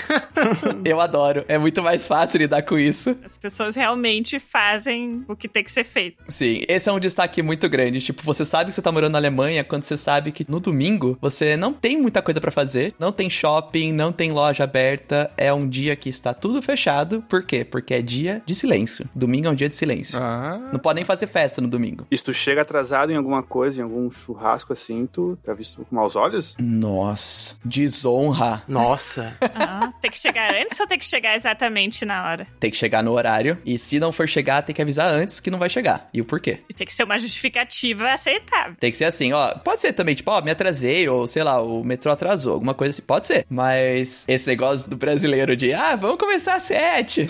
S4: Eu adoro. É muito mais fácil lidar com isso.
S5: as pessoas realmente fazem o que tem que ser feito.
S4: Sim, esse é um destaque muito grande. Tipo, você sabe que você tá morando na Alemanha quando você sabe que no domingo você não tem muita coisa pra fazer, não tem shopping, não tem loja aberta, é um dia que está tudo fechado. Por quê? Porque é dia de silêncio. Domingo é um dia de silêncio.
S1: Ah.
S4: Não podem fazer festa no domingo.
S3: E se tu chega atrasado em alguma coisa, em algum churrasco assim, tu tá visto com maus olhos?
S4: Nossa, desonra.
S9: Nossa!
S5: Ah, tem que chegar antes ou tem que chegar exatamente na hora?
S4: Tem que chegar no horário e se não for chegar, tem que avisar antes que não vai chegar. E o porquê?
S5: E tem que ser uma justificativa aceitável.
S4: Tem que ser assim, ó. Pode ser também, tipo, ó, me atrasei, ou sei lá, o metrô atrasou, alguma coisa assim. Pode ser. Mas esse negócio do brasileiro de, ah, vamos começar às 7.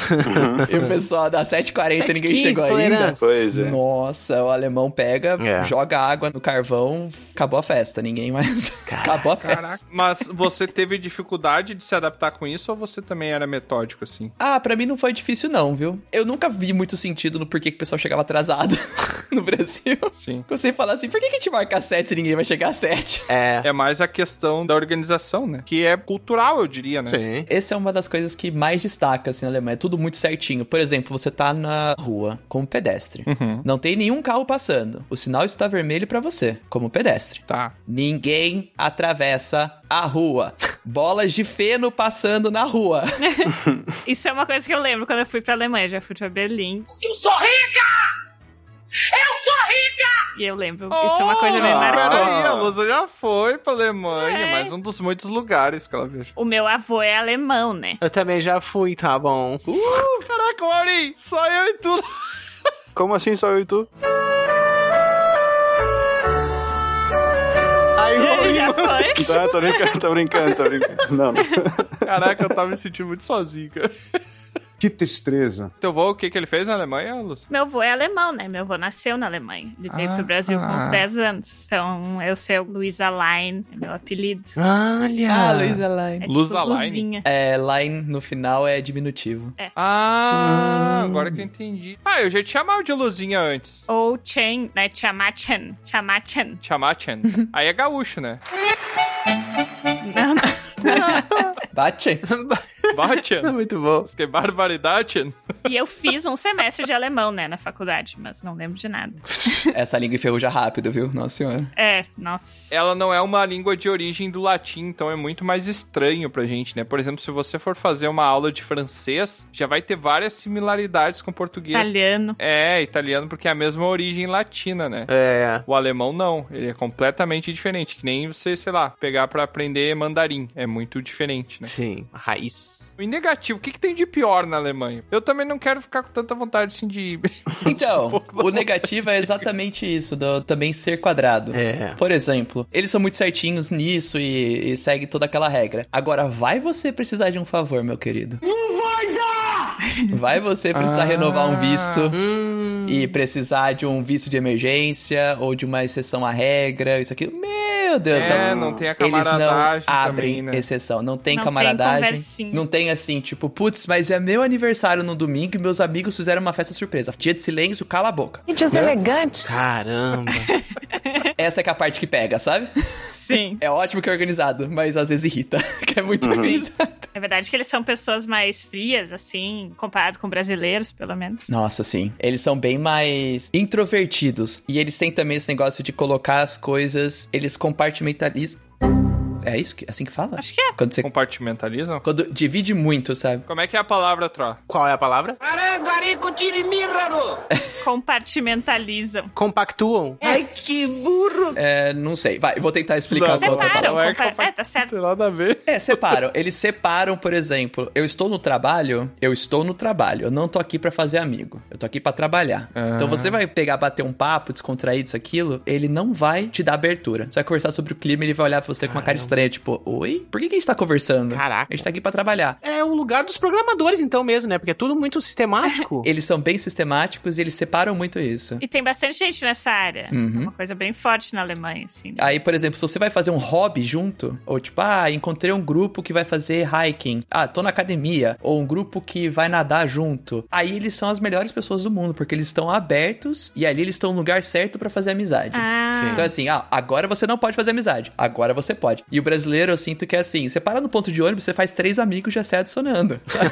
S4: e o pessoal dá 7h40 e ninguém
S9: 7h15
S4: chegou ainda.
S9: tolerância.
S3: Pois é.
S4: Nossa, o alemão pega,
S9: É.
S4: joga água no carvão, acabou a festa. Ninguém mais. acabou a festa.
S1: Caraca. Mas você teve dificuldade de se adaptar com isso ou você também era metódico, assim?
S4: Ah, pra mim não foi difícil, não, viu? Eu nunca vi muito sentido no porquê que o pessoal chegava atrasado no Brasil.
S1: Sim.
S4: Você fala assim, por que que a gente marca às 7 se ninguém vai chegar às 7?
S9: É.
S1: É mais a questão da organização, né? Que é cultural, eu diria, né?
S9: Sim.
S4: Essa é uma das coisas que mais destaca assim, na Alemanha. É tudo muito certinho. Por exemplo, você tá na rua como pedestre.
S1: Uhum.
S4: Não tem nenhum carro passando. O sinal está vermelho pra você, como pedestre.
S1: Tá.
S4: Ninguém atravessa a rua. Bolas de feno passando na rua.
S5: Isso é uma coisa que eu lembro quando eu fui pra Alemanha. Já fui pra Berlim.
S14: Eu sou rica! Eu sou rica!
S5: E eu lembro. Isso é uma coisa meio
S1: Ah,
S5: marcante.
S1: Peraí, a Lusa já foi pra Alemanha,
S5: É.
S1: mas um dos muitos lugares que ela viajou.
S5: O meu avô é alemão, né?
S9: Eu também já fui, tá bom.
S1: Uh, caraca, Mauri, só eu e tu.
S3: Como assim só eu e tu? assim Não, tô brincando, tô brincando, tô brincando. Não, não.
S1: Caraca, eu tava me sentindo muito sozinho, cara.
S13: Que tristeza.
S1: Teu avô, o que, que ele fez na Alemanha, Luz?
S5: Meu avô é alemão, né? Meu avô nasceu na Alemanha. Ele veio
S1: Ah.
S5: pro Brasil com uns 10 anos. Então, eu sei o Luiz Alain, é meu apelido.
S4: Olha! Ah, Luiz Alain.
S5: É tipo Luz Alain. Luzinha.
S4: É, line no final é diminutivo.
S5: É.
S1: Ah, agora que eu entendi. Ah, eu já te chamava de Luzinha antes.
S5: Ou Chen, né? Chamachan. Chamachan.
S1: Chamachan. Aí é gaúcho, né?
S4: Bate.
S1: Bachan.
S9: é Muito bom.
S1: Que é barbaridade.
S5: E eu fiz um semestre de alemão, né? Na faculdade, mas não lembro de nada.
S4: Essa língua enferruja rápido, viu? Nossa senhora.
S5: É, nossa.
S1: Ela não é uma língua de origem do latim, então é muito mais estranho pra gente, né? Por exemplo, se você for fazer uma aula de francês, já vai ter várias similaridades com o português.
S5: Italiano.
S1: É, italiano, porque é a mesma origem latina, né?
S9: É.
S1: O alemão não, ele é completamente diferente, que nem você, sei lá, pegar pra aprender mandarim, é muito diferente, né?
S9: Sim, a raiz.
S1: E negativo, o que, que tem de pior na Alemanha? Eu também não quero ficar com tanta vontade assim de.
S4: Então, o negativo é exatamente isso, do também ser quadrado.
S9: É.
S4: Por exemplo, eles são muito certinhos nisso e, e segue toda aquela regra. Agora, vai você precisar de um favor, meu querido.
S14: Não vai dar!
S4: Vai você precisar
S14: Ah.
S4: renovar um visto e precisar de um visto de emergência ou de uma exceção à regra, isso aqui. Meu Deus,
S1: É,
S4: eu-
S1: não tem a
S4: Eles não
S1: camaradagem
S4: abrem
S1: também, né?
S4: exceção, não tem
S5: Não tem
S4: camaradagem.
S5: conversinha.
S4: não tem assim, tipo, putz, mas é meu aniversário no domingo e meus amigos fizeram uma festa surpresa. Dia de silêncio, cala a boca.
S6: Gente, os elegantes.
S9: Caramba.
S4: Essa é que é a parte que pega, sabe?
S5: Sim.
S4: É ótimo que é organizado, mas às vezes irrita, que é muito organizado.
S5: É verdade que eles são pessoas mais frias, assim, comparado com brasileiros, pelo menos.
S4: Nossa, sim. Eles são bem mais introvertidos. E eles têm também esse negócio de colocar as coisas, eles compartimentalizam. É isso que, assim que fala? Acho
S5: que é.
S4: Quando você
S1: compartimentaliza?
S4: Quando divide muito, sabe?
S1: Como é que é a palavra, Tro?
S9: Qual é a palavra?
S14: Parangarico tirimirraro!
S5: é, Compartimentalizam.
S9: Compactuam.
S14: Ai, que burro!
S4: É, não sei. Vai, vou tentar explicar qual é a outra
S5: Separam.
S4: palavra.
S5: compar- É, tá certo.
S1: nada a ver.
S4: É, separam. Eles separam, por exemplo, eu estou no trabalho, eu estou no trabalho. Eu não tô aqui pra fazer amigo. Eu tô aqui pra trabalhar. Então você vai pegar, bater um papo, descontraído, isso, aquilo, ele não vai te dar abertura. Você vai conversar sobre o clima, ele vai olhar pra você com uma cara estranha, tipo, oi? Por que, que a gente tá conversando? Caraca. A gente tá aqui pra trabalhar.
S9: É o lugar dos programadores, então mesmo, né? Porque é tudo muito sistemático.
S4: Eles são bem sistemáticos e eles separam muito isso.
S5: E tem bastante gente nessa área.
S4: Uhum.
S5: É uma coisa bem forte na Alemanha, assim.
S4: Aí, por exemplo, se você vai fazer um hobby junto, ou tipo, ah, encontrei um grupo que vai fazer hiking, ah, tô na academia, ou um grupo que vai nadar junto, aí eles são as melhores pessoas do mundo, porque eles estão abertos e ali eles estão no lugar certo pra fazer amizade.
S5: Ah. Sim.
S4: Então, assim, ah, agora você não pode fazer amizade, agora você pode. E o brasileiro, eu sinto que é assim, você para no ponto de ônibus, você faz três amigos já se adicionando, sabe?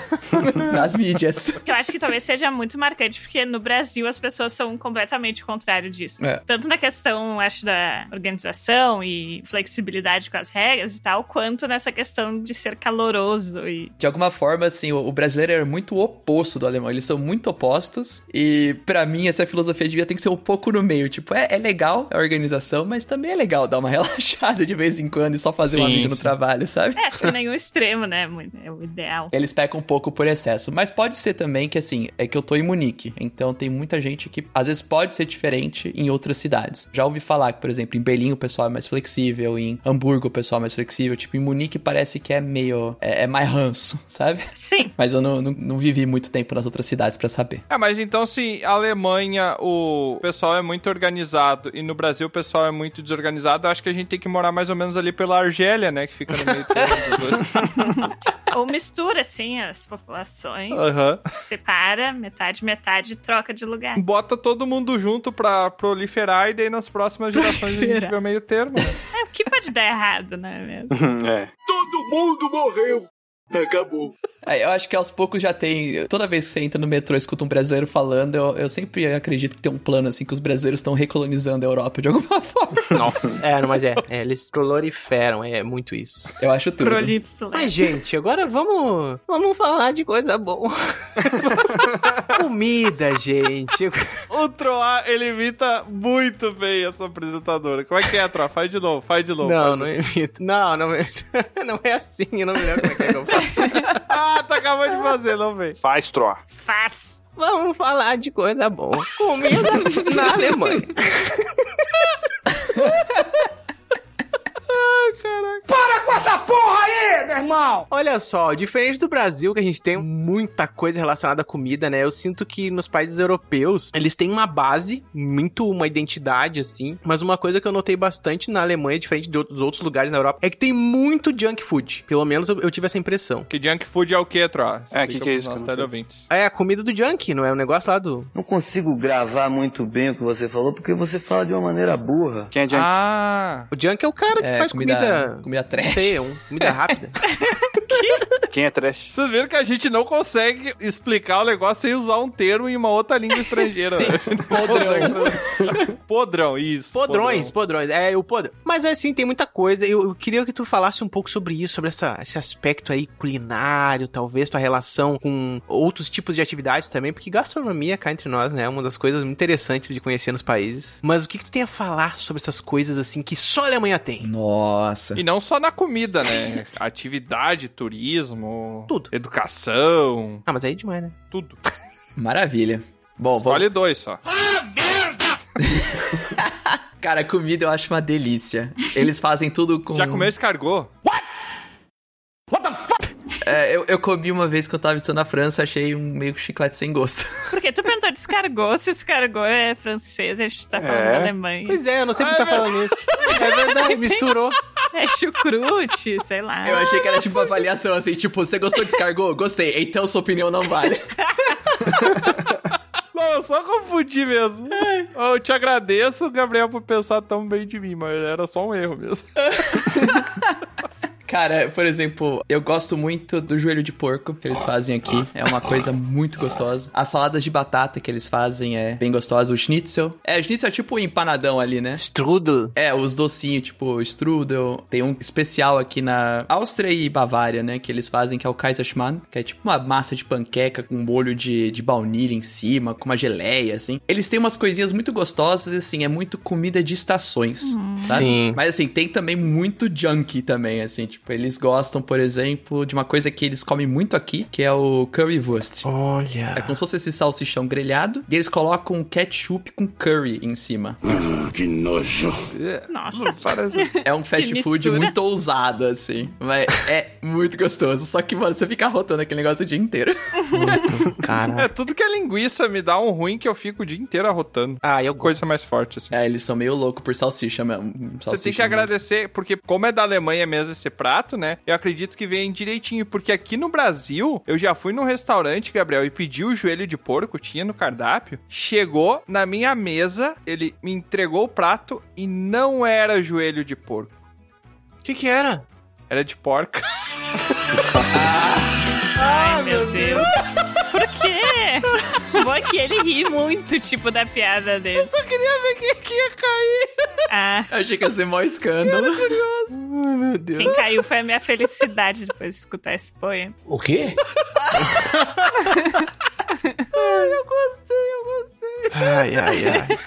S4: Nas mídias.
S5: Que eu acho que talvez seja muito marcante, porque no Brasil as pessoas são completamente o contrário disso.
S4: É.
S5: Tanto na questão, acho, da organização e flexibilidade com as regras e tal, quanto nessa questão de ser caloroso e
S4: De alguma forma, assim, o o brasileiro era muito o oposto do alemão. Eles são muito opostos. E pra mim, essa filosofia de vida tem que ser um pouco no meio. Tipo, é, é legal a organização, mas também é legal dar uma relaxada de vez em quando e só fazer um
S1: Sim,
S4: amigo no
S1: sim.
S4: trabalho, sabe?
S5: É, acho que nenhum extremo, né? Muito- É o ideal.
S4: Eles pecam um pouco por excesso. Mas pode ser também que, assim, é que eu tô em Munique. Então tem muita gente que, às vezes, pode ser diferente em outras cidades. Já ouvi falar que, por exemplo, em Berlim o pessoal é mais flexível, em Hamburgo o pessoal é mais flexível. Tipo, em Munique parece que é meio. é, é mais ranço, sabe?
S5: Sim.
S4: Mas eu não, não, não vivi muito tempo nas outras cidades pra saber.
S1: É, mas então se a Alemanha o pessoal é muito organizado e no Brasil o pessoal é muito desorganizado, eu acho que a gente tem que morar mais ou menos ali pela Argélia, né? Que fica no meio termo dos dois.
S5: Ou mistura, assim, as populações.
S1: Aham.
S5: Separa, metade, metade, troca de lugar.
S1: Bota todo mundo junto pra proliferar e daí nas próximas gerações a gente
S5: Proliferar.
S1: vê o meio termo. Né?
S5: É, o que pode dar errado, não é mesmo?
S1: é.
S14: Todo mundo morreu! Acabou.
S4: É, eu acho que aos poucos já tem. Toda vez que você entra no metrô e escuta um brasileiro falando, eu, eu sempre acredito que tem um plano assim que os brasileiros estão recolonizando a Europa de alguma forma.
S9: Nossa. É, não, mas é, é, Eles proliferam, é muito isso.
S4: Eu acho tudo.
S9: Mas, gente, agora vamos, vamos falar de coisa boa. Comida, gente.
S1: O Troá, ele imita muito bem a sua apresentadora. Como é que é, Troá? Faz de novo, faz de novo.
S9: Não,
S1: faz de
S9: não
S1: novo.
S9: imito. Não, não, não é assim, eu não me lembro como é que eu faço.
S1: ah, tu acabou de fazer, não vem.
S3: Faz, Troá.
S5: Faz.
S9: Vamos falar de coisa boa. Comida na Alemanha.
S1: Ai, Caraca.
S14: Para com essa porra aí, meu irmão!
S9: Olha só, diferente do Brasil, que a gente tem muita coisa relacionada à comida, né? Eu sinto que nos países europeus, eles têm uma base, muito uma identidade, assim. Mas uma coisa que eu notei bastante na Alemanha, diferente de outros outros lugares na Europa, é que tem muito junk food. Pelo menos eu, eu tive essa impressão.
S1: Que junk food é o quê, Tro?
S3: É, que que é isso que eu
S1: Nossa,
S3: não sei.
S1: ouvintes.
S9: É a comida do junk, não é o negócio lá do...
S15: Não consigo gravar muito bem o que você falou, porque você fala de uma maneira burra.
S3: Quem é junk?
S1: Ah,
S9: O junk é o cara que
S4: É,
S9: faz
S4: comida-
S9: comida...
S4: comida trash.
S9: Não sei, é um- comida rápida.
S1: Ah.
S3: Quem é trash?
S1: Vocês viram que a gente não consegue explicar o negócio sem usar um termo em uma outra língua estrangeira. né? Podrão. Podrão, isso.
S9: Podrões, podrões. É, o podrão. Mas assim, tem muita coisa. Eu, eu queria que tu falasse um pouco sobre isso, sobre essa, esse aspecto aí culinário, talvez tua relação com outros tipos de atividades também, porque gastronomia cá entre nós, né, é uma das coisas muito interessantes de conhecer nos países. Mas o que, que tu tem a falar sobre essas coisas assim que só a Alemanha tem?
S4: Nossa.
S1: E não só na comida, né? Atividade, turismo,
S9: Tudo.
S1: educação,
S9: Ah, mas aí é demais, né?
S1: tudo.
S4: Maravilha. Bom, vamos...
S1: Escolhe dois só.
S4: Cara, comida eu acho uma delícia. Eles fazem tudo com...
S1: Já comeu escargot?
S4: É, eu, eu comi uma vez que eu tava estudando na França, achei um meio que chiclete sem gosto.
S5: Porque tu perguntou descargou, se escargou é francês, a gente tá falando
S4: É.
S5: da Alemanha.
S9: Pois é, eu não sei por que tá falando isso. É verdade, misturou.
S5: É chucrute, sei lá.
S4: Eu achei que era tipo uma avaliação assim, tipo, você gostou, descargou? Gostei, então sua opinião não vale.
S1: Não, eu só confundi mesmo. Eu te agradeço, Gabriel, por pensar tão bem de mim, mas era só um erro mesmo.
S4: Cara, por exemplo, eu gosto muito do joelho de porco que eles fazem aqui. É uma coisa muito gostosa. As saladas de batata que eles fazem é bem gostosa. O schnitzel. É, schnitzel é tipo um empanadão ali, né?
S9: Strudel.
S4: É, os docinhos, tipo strudel. Tem um especial aqui na Áustria e Bavária, né? Que eles fazem, que é o Kaiserschmarrn. Que é tipo uma massa de panqueca com um molho de, de baunilha em cima, com uma geleia, assim. Eles têm umas coisinhas muito gostosas, e, assim. É muito comida de estações, sabe?
S9: Sim.
S4: Mas assim, tem também muito junk também, assim, tipo, eles gostam, por exemplo, de uma coisa que eles comem muito aqui, que é o currywurst.
S9: Olha.
S4: É como se fosse esse salsichão grelhado, e eles colocam um ketchup com curry em cima.
S2: Que nojo.
S5: Nossa.
S4: É um fast
S5: Que
S4: food
S5: mistura.
S4: muito ousado, assim. Mas é muito gostoso. Só que, mano, você fica rotando aquele negócio o dia inteiro.
S9: Cara.
S1: É, tudo que é linguiça me dá um ruim que eu fico o dia inteiro arrotando.
S9: Ah, eu
S1: Coisa mais forte, assim.
S4: É, eles são meio loucos por salsicha mesmo.
S1: Você tem
S4: Salsicha
S1: que agradecer, porque como é da Alemanha mesmo esse prato, né? Eu acredito que vem direitinho, porque aqui no Brasil, eu já fui num restaurante, Gabriel, e pedi o joelho de porco, tinha no cardápio. Chegou na minha mesa, ele me entregou o prato e não era joelho de porco,
S9: O que que era?
S1: era de porca. é
S5: Ai, meu Deus. Por quê? Bom é que ele ri muito, tipo, da piada dele. Eu
S1: só queria ver quem é que ia cair.
S5: Ah,
S4: Eu achei que ia ser maior escândalo.
S1: Ai, meu Deus.
S5: quem caiu foi a minha felicidade depois de escutar esse poema.
S4: O quê?
S1: eu gostei, eu gostei.
S9: Ai, ai, ai.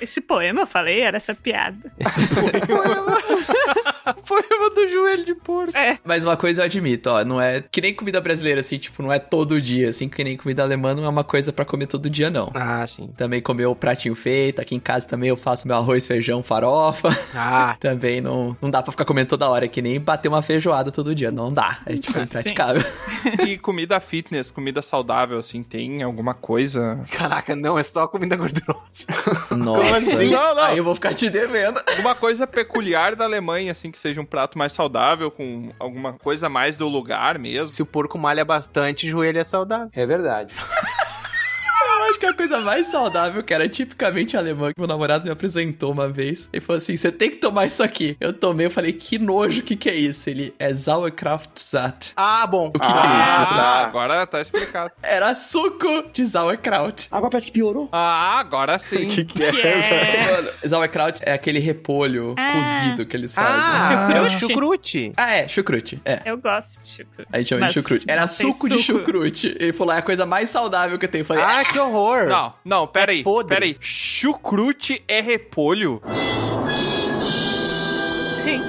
S5: Esse poema, eu falei, era essa piada.
S1: Poema do joelho de porco.
S5: É.
S4: Mas uma coisa eu admito, ó, não é que nem comida brasileira, assim, tipo, não é todo dia, assim, que nem comida alemã não é uma coisa pra comer todo dia, não.
S9: Ah, sim.
S4: Também comer o pratinho feito, aqui em casa também eu faço meu arroz, feijão, farofa.
S9: Ah.
S4: também não, não dá pra ficar comendo toda hora, é que nem bater uma feijoada todo dia, não dá. É, tipo,
S5: Sim.
S4: impraticável.
S1: E comida fitness, comida saudável, assim, tem alguma coisa?
S9: Caraca, não, é só comida gordurosa.
S4: Nossa.
S1: assim? Não, não.
S4: Aí eu vou ficar te devendo.
S1: Alguma coisa peculiar da Alemanha, assim, que seja um prato mais saudável, com alguma coisa mais do lugar mesmo.
S9: Se o porco malha bastante, joelho é saudável.
S16: É verdade.
S4: Eu acho que é a coisa mais saudável, cara, é tipicamente alemã, que meu namorado me apresentou uma vez. Ele falou assim: você tem que tomar isso aqui. Eu tomei, eu falei, que nojo, o que, que é isso? Ele é Sauerkrautsaft.
S9: Ah, bom.
S4: O que, que é isso?
S9: né?
S1: tá. Agora tá explicado.
S4: Era suco de sauerkraut.
S16: Agora parece que piorou.
S1: Ah, agora sim.
S3: Que que
S1: é?
S4: Mano, sauerkraut é aquele repolho
S5: Ah.
S4: cozido que eles fazem.
S9: Ah, é o
S5: chucrute.
S9: chucrute.
S4: Ah, é, chucrute. É.
S5: Eu gosto tipo, de chucrute.
S4: A gente chama
S5: Mas
S4: de chucrute. Era
S5: não tem
S4: suco, de chucrute. Ele falou, é a coisa mais saudável que eu tenho. Eu falei,
S9: Ah, que horror.
S1: Não, não, peraí.
S9: É podre.
S1: peraí. Chucrute é repolho?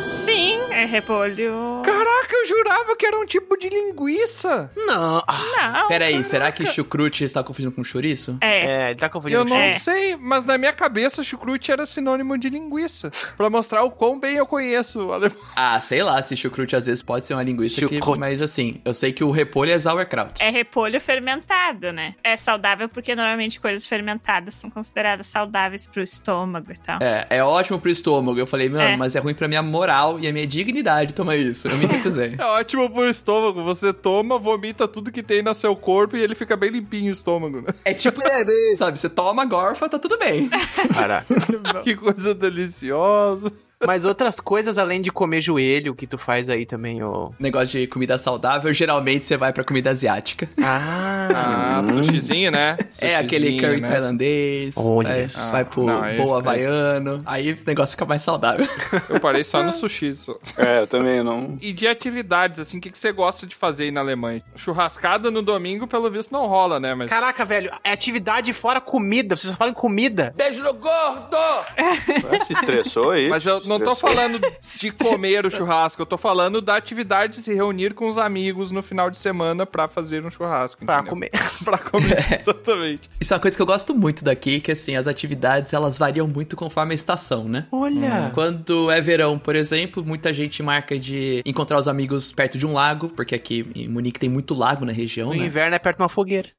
S5: Sim, é repolho.
S1: Caraca,
S16: Caraca, eu jurava que era um tipo de linguiça.
S9: Não.
S5: Ah,
S4: não Peraí, caraca. será que chucrute está confundindo com chouriço?
S5: É.
S9: É, ele tá confundindo
S16: Eu
S9: com
S16: não
S9: chouriço.
S16: sei, mas na minha cabeça chucrute era sinônimo de linguiça. Pra mostrar o quão bem eu conheço o alemão.
S4: Ah, sei lá, se chucrute às vezes pode ser uma linguiça que, mas assim, eu sei que o repolho é sauerkraut.
S5: É repolho fermentado, né? É saudável porque normalmente coisas fermentadas são consideradas saudáveis pro estômago e tal.
S4: É, é ótimo pro estômago. Eu falei, mano,
S5: É.
S4: mas é ruim pra minha moral e a minha dignidade tomar isso. Eu me recusei.
S1: É ótimo pro estômago. Você toma, vomita tudo que tem no seu corpo e ele fica bem limpinho o estômago, né?
S4: É tipo, sabe, você toma gorfa, tá tudo bem.
S9: Caraca.
S1: que coisa deliciosa.
S9: Mas outras coisas além de comer joelho que tu faz aí também, ô.
S4: Negócio de comida saudável, geralmente você vai pra comida asiática.
S9: Ah,
S1: Ah, sushizinho, né?
S4: Uhum. É aquele
S1: Sushizinho,
S4: curry
S1: né? Ah,
S4: tailandês.
S9: Olha
S4: é,
S9: só.
S4: vai pro
S1: Não, aí- é
S4: boa havaiano. Aí o negócio fica mais saudável.
S1: Eu parei só no sushi. Só.
S3: É, eu também não.
S1: E de atividades, assim, o que, que você gosta de fazer aí na Alemanha? Churrascada no domingo, pelo visto, não rola, né? Mas...
S9: Caraca, velho, é atividade fora comida. Vocês só falam em comida.
S14: Beijo no gordo!
S3: Se estressou aí.
S1: Mas eu
S3: Se
S1: não tô
S3: estressou.
S1: falando de comer o churrasco, eu tô falando da atividade de se reunir com os amigos no final de semana pra fazer um churrasco.
S9: Pra
S1: entendeu?
S9: Ah, comer.
S1: pra comer, exatamente.
S4: Isso é uma coisa que eu gosto muito daqui, que assim, as atividades elas variam muito conforme a estação, né?
S5: Ah.
S9: Olha.
S4: Quando é verão, por exemplo, muita gente marca de encontrar os amigos perto de um lago, porque aqui em Munique tem muito lago na região,
S9: No
S4: né?
S9: inverno é perto de uma fogueira.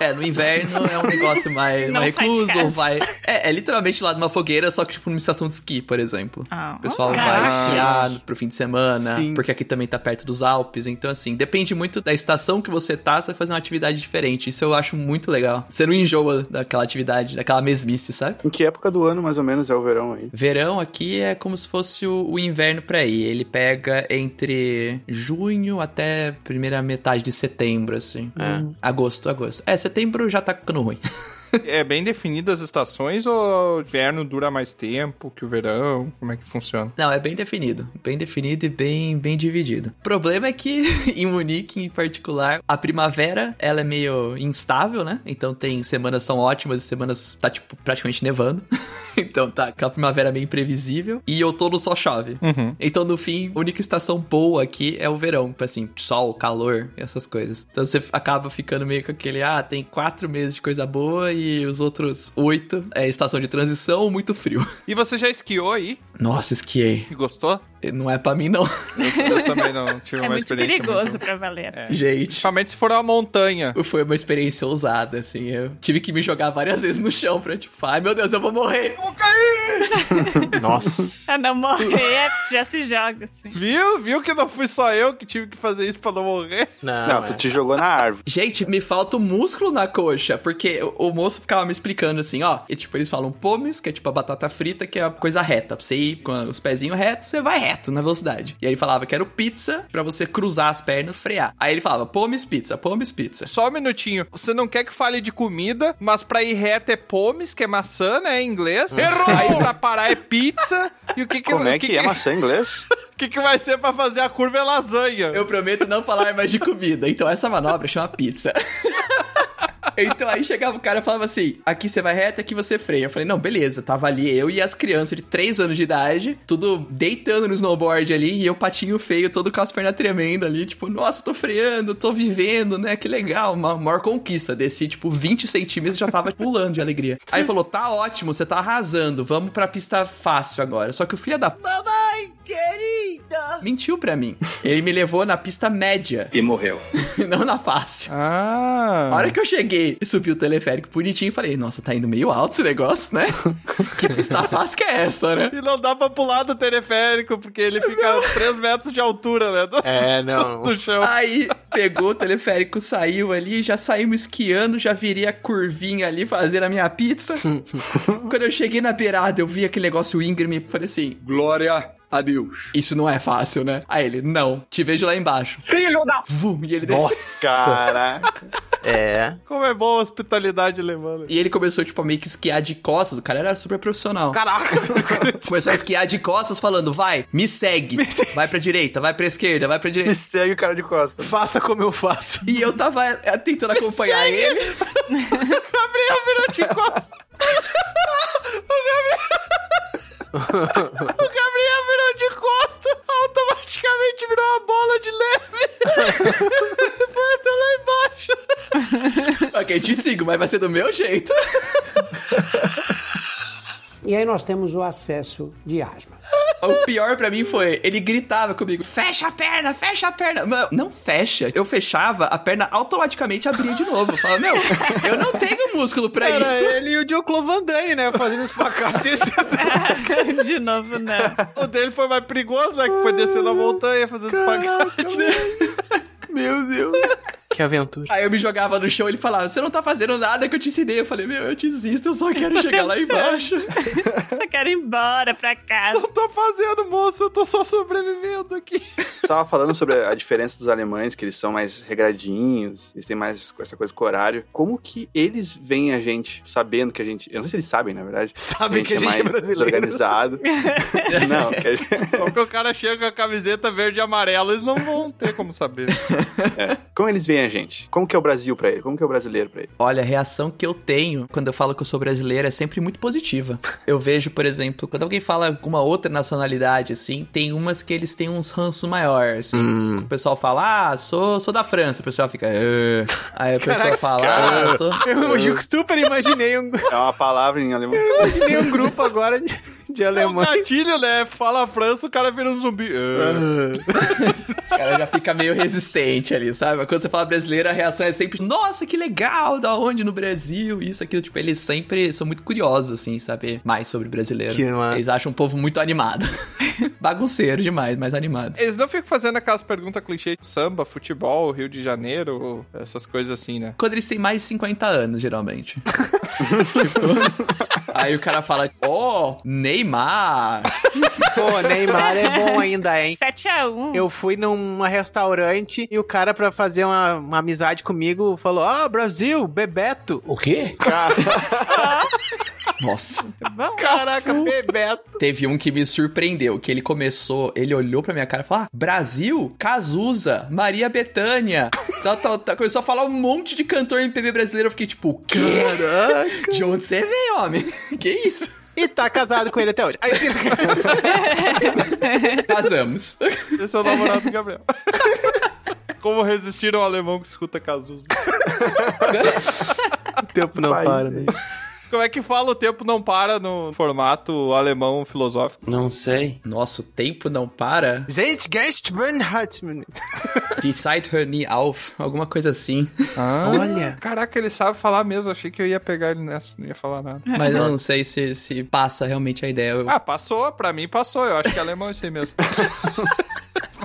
S4: É, no inverno é um negócio mais
S5: Não
S4: mais
S5: sai de
S4: recluso,
S5: casa.
S4: ou vai... É, é literalmente lá numa fogueira, só que tipo numa estação de esqui, por exemplo.
S5: Ah.
S4: O pessoal vai
S9: Caraca.
S4: esquiar pro fim de semana,
S9: Sim.
S4: porque aqui também tá perto dos Alpes, então assim, depende muito da estação que você tá, você vai fazer uma atividade diferente. Isso eu acho muito legal. Você não enjoa daquela atividade, daquela mesmice, sabe?
S3: Em que época do ano, mais ou menos, é o verão aí?
S4: Verão aqui é como se fosse o, o inverno pra aí. Ele pega entre junho até primeira metade de setembro, assim.
S9: Hum.
S4: É. Agosto, agosto. É, setembro já tá ficando ruim.
S1: É bem definidas as estações ou o inverno dura mais tempo que o verão? Como é que funciona?
S4: Não, é bem definido. Bem definido e bem, bem dividido. O problema é que, em Munique, em particular, a primavera, ela é meio instável, né? Então tem semanas são ótimas e semanas tá, tipo, praticamente nevando. então tá aquela primavera meio imprevisível. E outono só chove.
S1: Uhum.
S4: Então, no fim, a única estação boa aqui é o verão. tipo Assim, sol, calor, essas coisas. Então você acaba ficando meio com aquele, ah, tem quatro meses de coisa boa e os outros oito é estação de transição ou muito frio.
S1: E você já esquiou aí?
S4: Nossa, esquiei.
S1: E gostou?
S4: Não é pra mim, não.
S1: Eu também não tive
S5: É
S1: uma
S5: muito
S1: experiência
S5: perigoso
S1: muito...
S5: pra valer.
S1: É.
S4: Gente.
S1: Principalmente se for uma montanha.
S4: Foi uma experiência ousada, assim. Eu tive que me jogar várias vezes no chão pra, tipo, ai meu Deus, eu vou morrer.
S9: Nossa.
S5: Pra Ah, não morrer, já se joga, assim.
S1: Viu? Viu que não fui só eu que tive que fazer isso pra não morrer?
S3: Não,
S1: é.
S9: é.
S3: tu te jogou na árvore.
S4: Gente, me falta o músculo na coxa, porque o, o moço ficava me explicando assim, ó. E tipo, eles falam pomes, que é tipo a batata frita, que é a coisa reta. Pra você ir com os pezinhos retos, você vai reto na velocidade. E aí ele falava, quero pizza pra você cruzar as pernas e frear. Aí ele falava, pomes, pizza, pomes, pizza.
S1: Só um minutinho. Você não quer que fale de comida, mas pra ir reto é pomes, que é maçã, né? Em inglês.
S14: Errou!
S1: Aí pra parar é pizza. E o que que
S3: Como
S1: o
S3: é
S1: que
S3: que é maçã em inglês?
S1: O que, que vai ser pra fazer a curva é lasanha.
S4: Eu prometo não falar mais de comida. Então essa manobra chama pizza. Então aí chegava o cara e falava assim: aqui você vai reto, aqui você freia. Eu falei, não, beleza, tava ali eu e as crianças de 3 anos de idade, tudo deitando no snowboard ali, e eu patinho feio, todo com as pernas tremendo ali, tipo, nossa, tô freando, tô vivendo, né? Que legal, uma maior conquista. Desci, tipo, 20 centímetros e já tava tipo, pulando de alegria. Aí ele falou: tá ótimo, você tá arrasando, vamos pra pista fácil agora. Só que o filho da p
S14: Mamãe querida!
S4: mentiu pra mim. Ele me levou na pista média.
S12: E morreu.
S4: não na fácil.
S1: Ah.
S4: A hora que eu cheguei e subi o teleférico bonitinho, falei, nossa, tá indo meio alto esse negócio, né? que pista fácil que é essa, né?
S1: E não dá pra pular do teleférico, porque ele fica a 3 metros de altura, né? Do,
S9: É, não.
S1: do chão.
S4: Aí pegou o teleférico, saiu ali, já saímos esquiando, já virei a curvinha ali fazer a minha pizza. Quando eu cheguei na beirada, eu vi aquele negócio íngreme e falei assim:
S12: Glória a Deus.
S4: Isso não é fácil, né? Aí ele: Não, te vejo lá embaixo.
S14: Filho da...
S4: Vum, e ele desceu.
S9: Nossa.
S3: Caraca.
S9: É.
S1: Como é boa a hospitalidade alemã. né?
S4: E ele começou, tipo, a meio que esquiar de costas. O cara era super profissional.
S9: Caraca.
S4: Começou a esquiar de costas, falando: vai, me segue. Vai pra direita, vai pra esquerda, vai pra
S3: Me
S4: direita.
S3: segue o cara de costas.
S9: Faça como eu faço.
S4: E eu tava é, tentando acompanhar ele.
S1: Gabriel virou de costas. O Gabriel virou de costa, automaticamente virou uma bola de leve. Foi até lá embaixo.
S4: ok, te sigo, mas vai ser do meu jeito.
S17: E aí nós temos o acesso de asma.
S4: O pior pra mim foi, ele gritava comigo, fecha a perna, fecha a perna. Mano, não fecha. Eu fechava, a perna automaticamente abria de novo. Eu falava, meu, eu não tenho músculo pra
S9: Era
S4: É isso.
S9: ele e o Dioclo Van Damme, né? Fazendo espacate descendo.
S5: De novo, não.
S1: O dele foi mais perigoso, né? Que foi descendo a montanha, fazendo espagate.
S4: Meu Deus.
S9: Que aventura.
S4: Aí eu me jogava no chão, ele falava, você não tá fazendo nada que eu te ensinei. Eu falei, meu, eu desisto, eu só quero
S5: Tô
S4: chegar lá
S5: tentando.
S4: embaixo.
S5: Só quero ir embora pra casa.
S1: Não tô fazendo, moço, eu tô só sobrevivendo aqui.
S3: Tava falando sobre a diferença dos alemães, que eles são mais regradinhos, eles têm mais essa coisa com horário. Como que eles veem a gente sabendo que a gente. Eu não sei se eles sabem, na verdade.
S9: Sabem que a gente é brasileiro.
S3: Organizado. não, que a gente...
S1: Só que o cara chega com a camiseta verde e amarela, eles não vão ter como saber.
S3: é. Como eles veem a gente? Como que é o Brasil pra ele? Como que é o brasileiro pra ele?
S4: Olha, a reação que eu tenho quando eu falo que eu sou brasileiro é sempre muito positiva. Eu vejo, por exemplo, quando alguém fala alguma outra nacionalidade, assim, tem umas que eles têm uns ranços maiores,
S9: Hum.
S4: assim. O pessoal fala, ah, sou, sou da França. O pessoal fica, "Ah". Aí a pessoa fala, ah, eu sou...
S9: Eu, eu super imaginei um,
S3: É uma palavra em alemão.
S9: imaginei um grupo agora de, de
S1: É um
S9: alemães.
S1: gatilho, né? Fala a França, o cara vira um zumbi. Ah.
S4: O cara já fica meio resistente ali, sabe? Mas Quando você fala brasileiro, a reação é sempre, nossa, que legal, da onde no Brasil, isso, aquilo. Tipo, eles sempre são muito curiosos, assim, em saber mais sobre brasileiro.
S9: Que massa.
S4: eles acham um povo muito animado. Bagunceiro demais, mas animado.
S1: Eles não ficam fazendo aquelas perguntas clichê, tipo, samba, futebol, Rio de Janeiro, essas coisas assim, né?
S4: Quando eles têm mais de 50 anos, geralmente. Tipo, aí o cara fala, oh, Neymar.
S9: Pô, Neymar é bom ainda, hein?
S5: 7x1.
S9: Eu fui num restaurante e o cara, pra fazer uma, uma amizade comigo, falou: Ah, Brasil, Bebeto.
S17: O quê?
S4: Nossa.
S5: tá Bom,
S9: Caraca, Bebeto.
S4: Teve um que me surpreendeu, que ele começou, ele olhou pra minha cara e falou: ah, Brasil, Cazuza, Maria Bethânia. tal, tal, tal. Começou a falar um monte de cantor MPB brasileiro. Eu fiquei tipo, o quê? Caraca. De onde você veio, homem? que isso?
S9: E tá casado com ele até hoje. Aí, sim,
S4: Casamos.
S1: Esse é o namorado do Gabriel. Como resistir a um alemão que escuta Cazuza.
S9: o tempo não
S3: Vai,
S9: para,
S3: gente.
S9: né?
S1: Como é que fala o tempo não para no formato alemão filosófico?
S15: Não sei.
S4: Nosso tempo não para.
S9: Gente, Geist Bernhardt.
S4: Die Zeit hört nie auf. Alguma coisa assim.
S9: Ah. Olha.
S1: Caraca, ele sabe falar mesmo. Achei que eu ia pegar ele nessa, não ia falar nada.
S4: Mas eu não sei se, se passa realmente a ideia. Eu-
S1: Ah, passou. Pra mim passou. Eu acho que é alemão isso aí mesmo.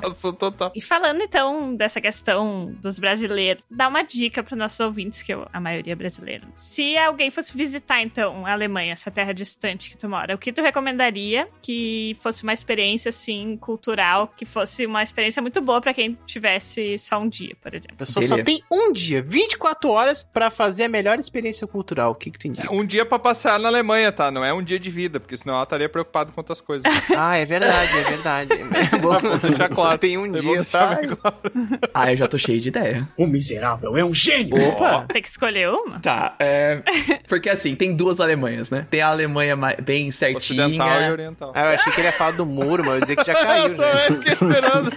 S1: passou total.
S5: E falando então dessa questão dos brasileiros, dá uma dica para nossos ouvintes, que eu- a maioria é brasileira. Se alguém fosse visitar então a Alemanha, essa terra distante que tu mora, o que tu recomendaria que fosse uma experiência assim cultural, que fosse uma experiência muito boa para quem tivesse só um dia, por exemplo?
S9: A pessoa só
S4: Ele-
S9: tem um dia, 24 horas, pra fazer a melhor experiência cultural. O que que tu indica?
S1: Um dia pra passear na Alemanha, tá? Não é um dia de vida, porque senão ela estaria preocupada com outras coisas.
S9: Ah, é verdade, é verdade. É bom
S1: deixar claro.
S9: Só tem um
S1: Eu vou
S9: dia,
S1: deixar
S9: tá?
S1: bem
S4: Ah, eu já tô cheio de ideia.
S17: O miserável é um gênio.
S9: Opa!
S5: Tem que escolher uma?
S4: Tá, é. Porque assim, tem duas Alemanhas, né? Tem a Alemanha ma- bem certinha.
S1: Ocidental e oriental.
S9: Ah, eu achei que ele ia falar do muro, mas eu ia dizer que já caiu, né?
S1: fiquei esperando.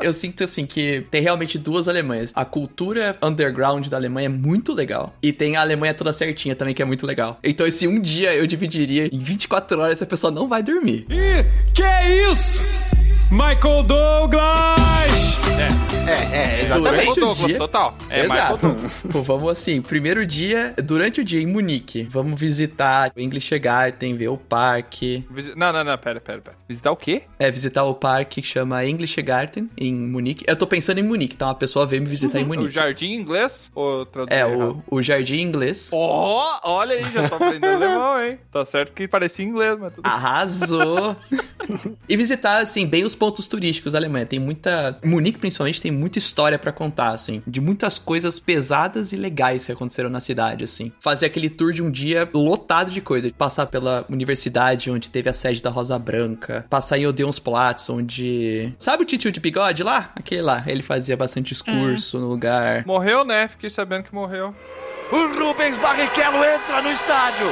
S4: Eu sinto assim que tem realmente duas Alemanhas. A cultura underground da Alemanha é muito legal. E tem a Alemanha toda certinha também, que é muito legal. Então, esse um dia eu dividiria em 24 horas essa pessoa não vai dormir.
S16: Ih, que isso? Michael Douglas!
S9: É, é,
S4: Durante
S1: Michael
S4: o
S1: Douglas,
S4: dia-
S1: total. É Michael
S4: Exato.
S1: Douglas.
S4: Pô, vamos assim, primeiro dia, durante o dia em Munique, vamos visitar o English Garden, ver o parque.
S1: Visi- Não, não, não, pera, pera, pera. Visitar o quê?
S4: É, visitar o parque que chama English Garden em Munique. Eu tô pensando em Munique, tá? Uma pessoa veio me visitar em
S1: Uhum. É O
S4: Munique.
S1: jardim em inglês? Ou traduzir
S4: É,
S1: errado?
S4: o, o jardim inglês.
S1: Ó, olha aí, já tô aprendendo alemão, hein? Tá certo que parecia inglês, mas tudo
S4: Arrasou! e visitar, assim, bem os pontos turísticos da Alemanha. Tem muita. Munique, principalmente, tem muita história pra contar, assim. De muitas coisas pesadas e legais que aconteceram na cidade, assim. Fazer aquele tour de um dia lotado de coisa. Passar pela universidade, onde teve a sede da Rosa Branca. Passar em Odeonsplatz, onde. Sabe o titio de bigode lá? Aquele lá. Ele fazia bastante discurso no lugar.
S1: Morreu, né? Fiquei sabendo que morreu.
S10: O Rubens Barrichello entra no estádio.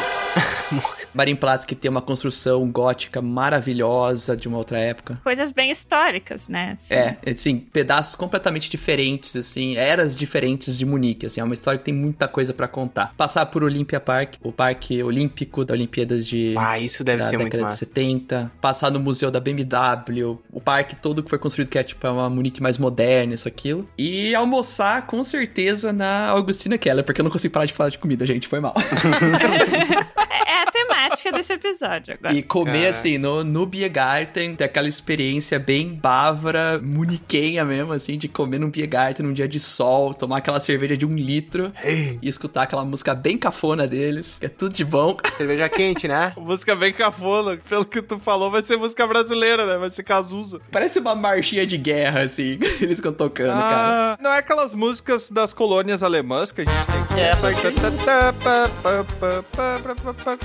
S4: Marimplatz, que tem uma construção gótica maravilhosa de uma outra época.
S5: Coisas bem históricas, né? Assim.
S4: É, assim, pedaços completamente diferentes, assim, eras diferentes de Munique, assim, é uma história que tem muita coisa pra contar. Passar por Olympia Park, o parque olímpico da Olimpíadas de...
S9: Ah, isso deve
S4: da
S9: ser muito
S4: década de
S9: massa.
S4: 70. Passar no museu da BMW, o parque todo que foi construído, que é tipo é uma Munique mais moderna, isso, aquilo. E almoçar, com certeza, na Augustina Keller, porque eu não consigo parar de falar de comida, gente, foi mal.
S5: É é a temática desse episódio agora.
S4: E comer,
S5: Caraca.
S4: assim, no, no Biergarten, ter aquela experiência bem bávara, muniquenha mesmo, assim, de comer num Biergarten num dia de sol, tomar aquela cerveja de um litro e escutar aquela música bem cafona deles, que é tudo de bom.
S9: Cerveja quente, né?
S1: Música bem cafona, pelo que tu falou, vai ser música brasileira, né? Vai ser Cazuza.
S4: Parece uma marchinha de guerra, assim, que eles ficam tocando, cara.
S1: Ah, Não é aquelas músicas das colônias alemãs que a gente tem que...
S4: É,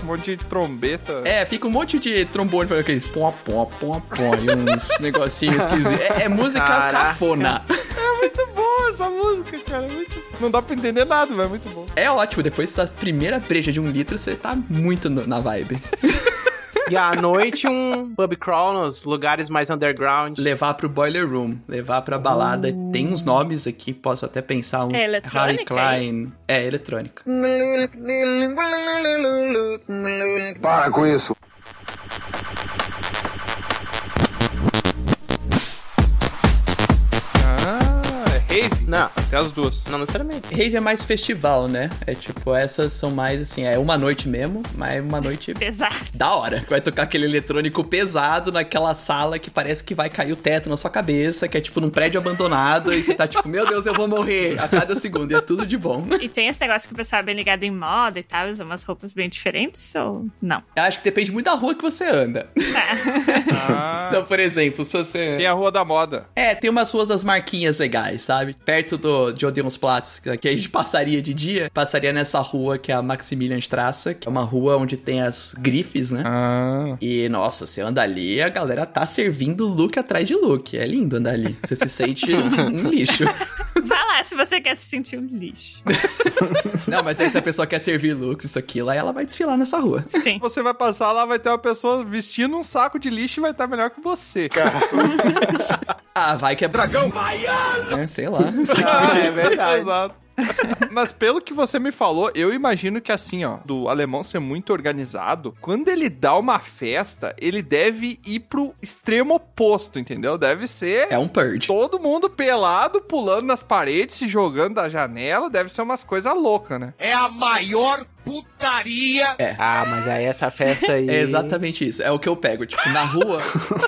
S1: Um monte de trombeta.
S4: É, fica um monte de trombone fazendo aqueles pó, pó, pó, pó, e uns negocinhos esquisitos. É, é música
S1: Caraca.
S4: cafona.
S1: É muito boa essa música, cara. é muito- Não dá pra entender nada, mas é muito bom.
S4: É ótimo, depois da primeira breja de um litro, você tá muito no- na vibe.
S9: E à noite um pub crawl nos lugares mais underground.
S4: Levar pro Boiler Room, levar pra balada. Tem uns nomes aqui, posso até pensar um.
S9: Hum. É eletrônica,
S4: Harry Klein. É, eletrônica.
S2: Para com isso.
S1: Ah, é rave?
S9: Não.
S1: Até as duas.
S9: Não necessariamente.
S4: Rave é mais festival, né? É tipo, essas são mais assim, é uma noite mesmo, mas é uma noite
S5: Pesado.
S4: da hora. Vai tocar aquele eletrônico pesado naquela sala que parece que vai cair o teto na sua cabeça, que é tipo num prédio abandonado, e você tá tipo, meu Deus, eu vou morrer a cada segundo, e é tudo de bom.
S5: E tem esse negócio que o pessoal é bem ligado em moda e tal, usa umas roupas bem diferentes, ou não?
S4: Eu acho que depende muito da rua que você anda.
S9: Ah.
S4: Então, por exemplo, se você.
S1: Ah. Tem a Rua da Moda.
S4: É, tem umas ruas das marquinhas legais, sabe? Perto do, de Odeonsplatz, que a gente passaria de dia, passaria nessa rua que é a Maximilianstrasse, que é uma rua onde tem as grifes, né?
S1: Ah.
S4: E, nossa, você anda ali, a galera tá servindo look atrás de look. É lindo andar ali. Você se sente um, um lixo.
S5: Vá lá se você quer se sentir um lixo.
S4: Não, mas aí se a pessoa quer servir looks, isso aquilo, aí ela vai desfilar nessa rua.
S5: Sim.
S1: Você vai passar lá, vai ter uma pessoa vestindo um saco de lixo e vai estar melhor que você.
S4: ah, vai que é
S1: dragão baiano!
S4: É, sei lá.
S1: é verdade. Exato. Mas pelo que você me falou, eu imagino que assim, ó, do alemão ser muito organizado, quando ele dá uma festa, ele deve ir pro extremo oposto, entendeu? Deve ser.
S4: É um purge.
S1: Todo mundo pelado, pulando nas paredes, se jogando da janela, deve ser umas coisas loucas, né?
S14: É a maior putaria.
S4: É.
S9: Ah, mas aí essa festa aí.
S4: É exatamente isso. É o que eu pego. Tipo, na rua,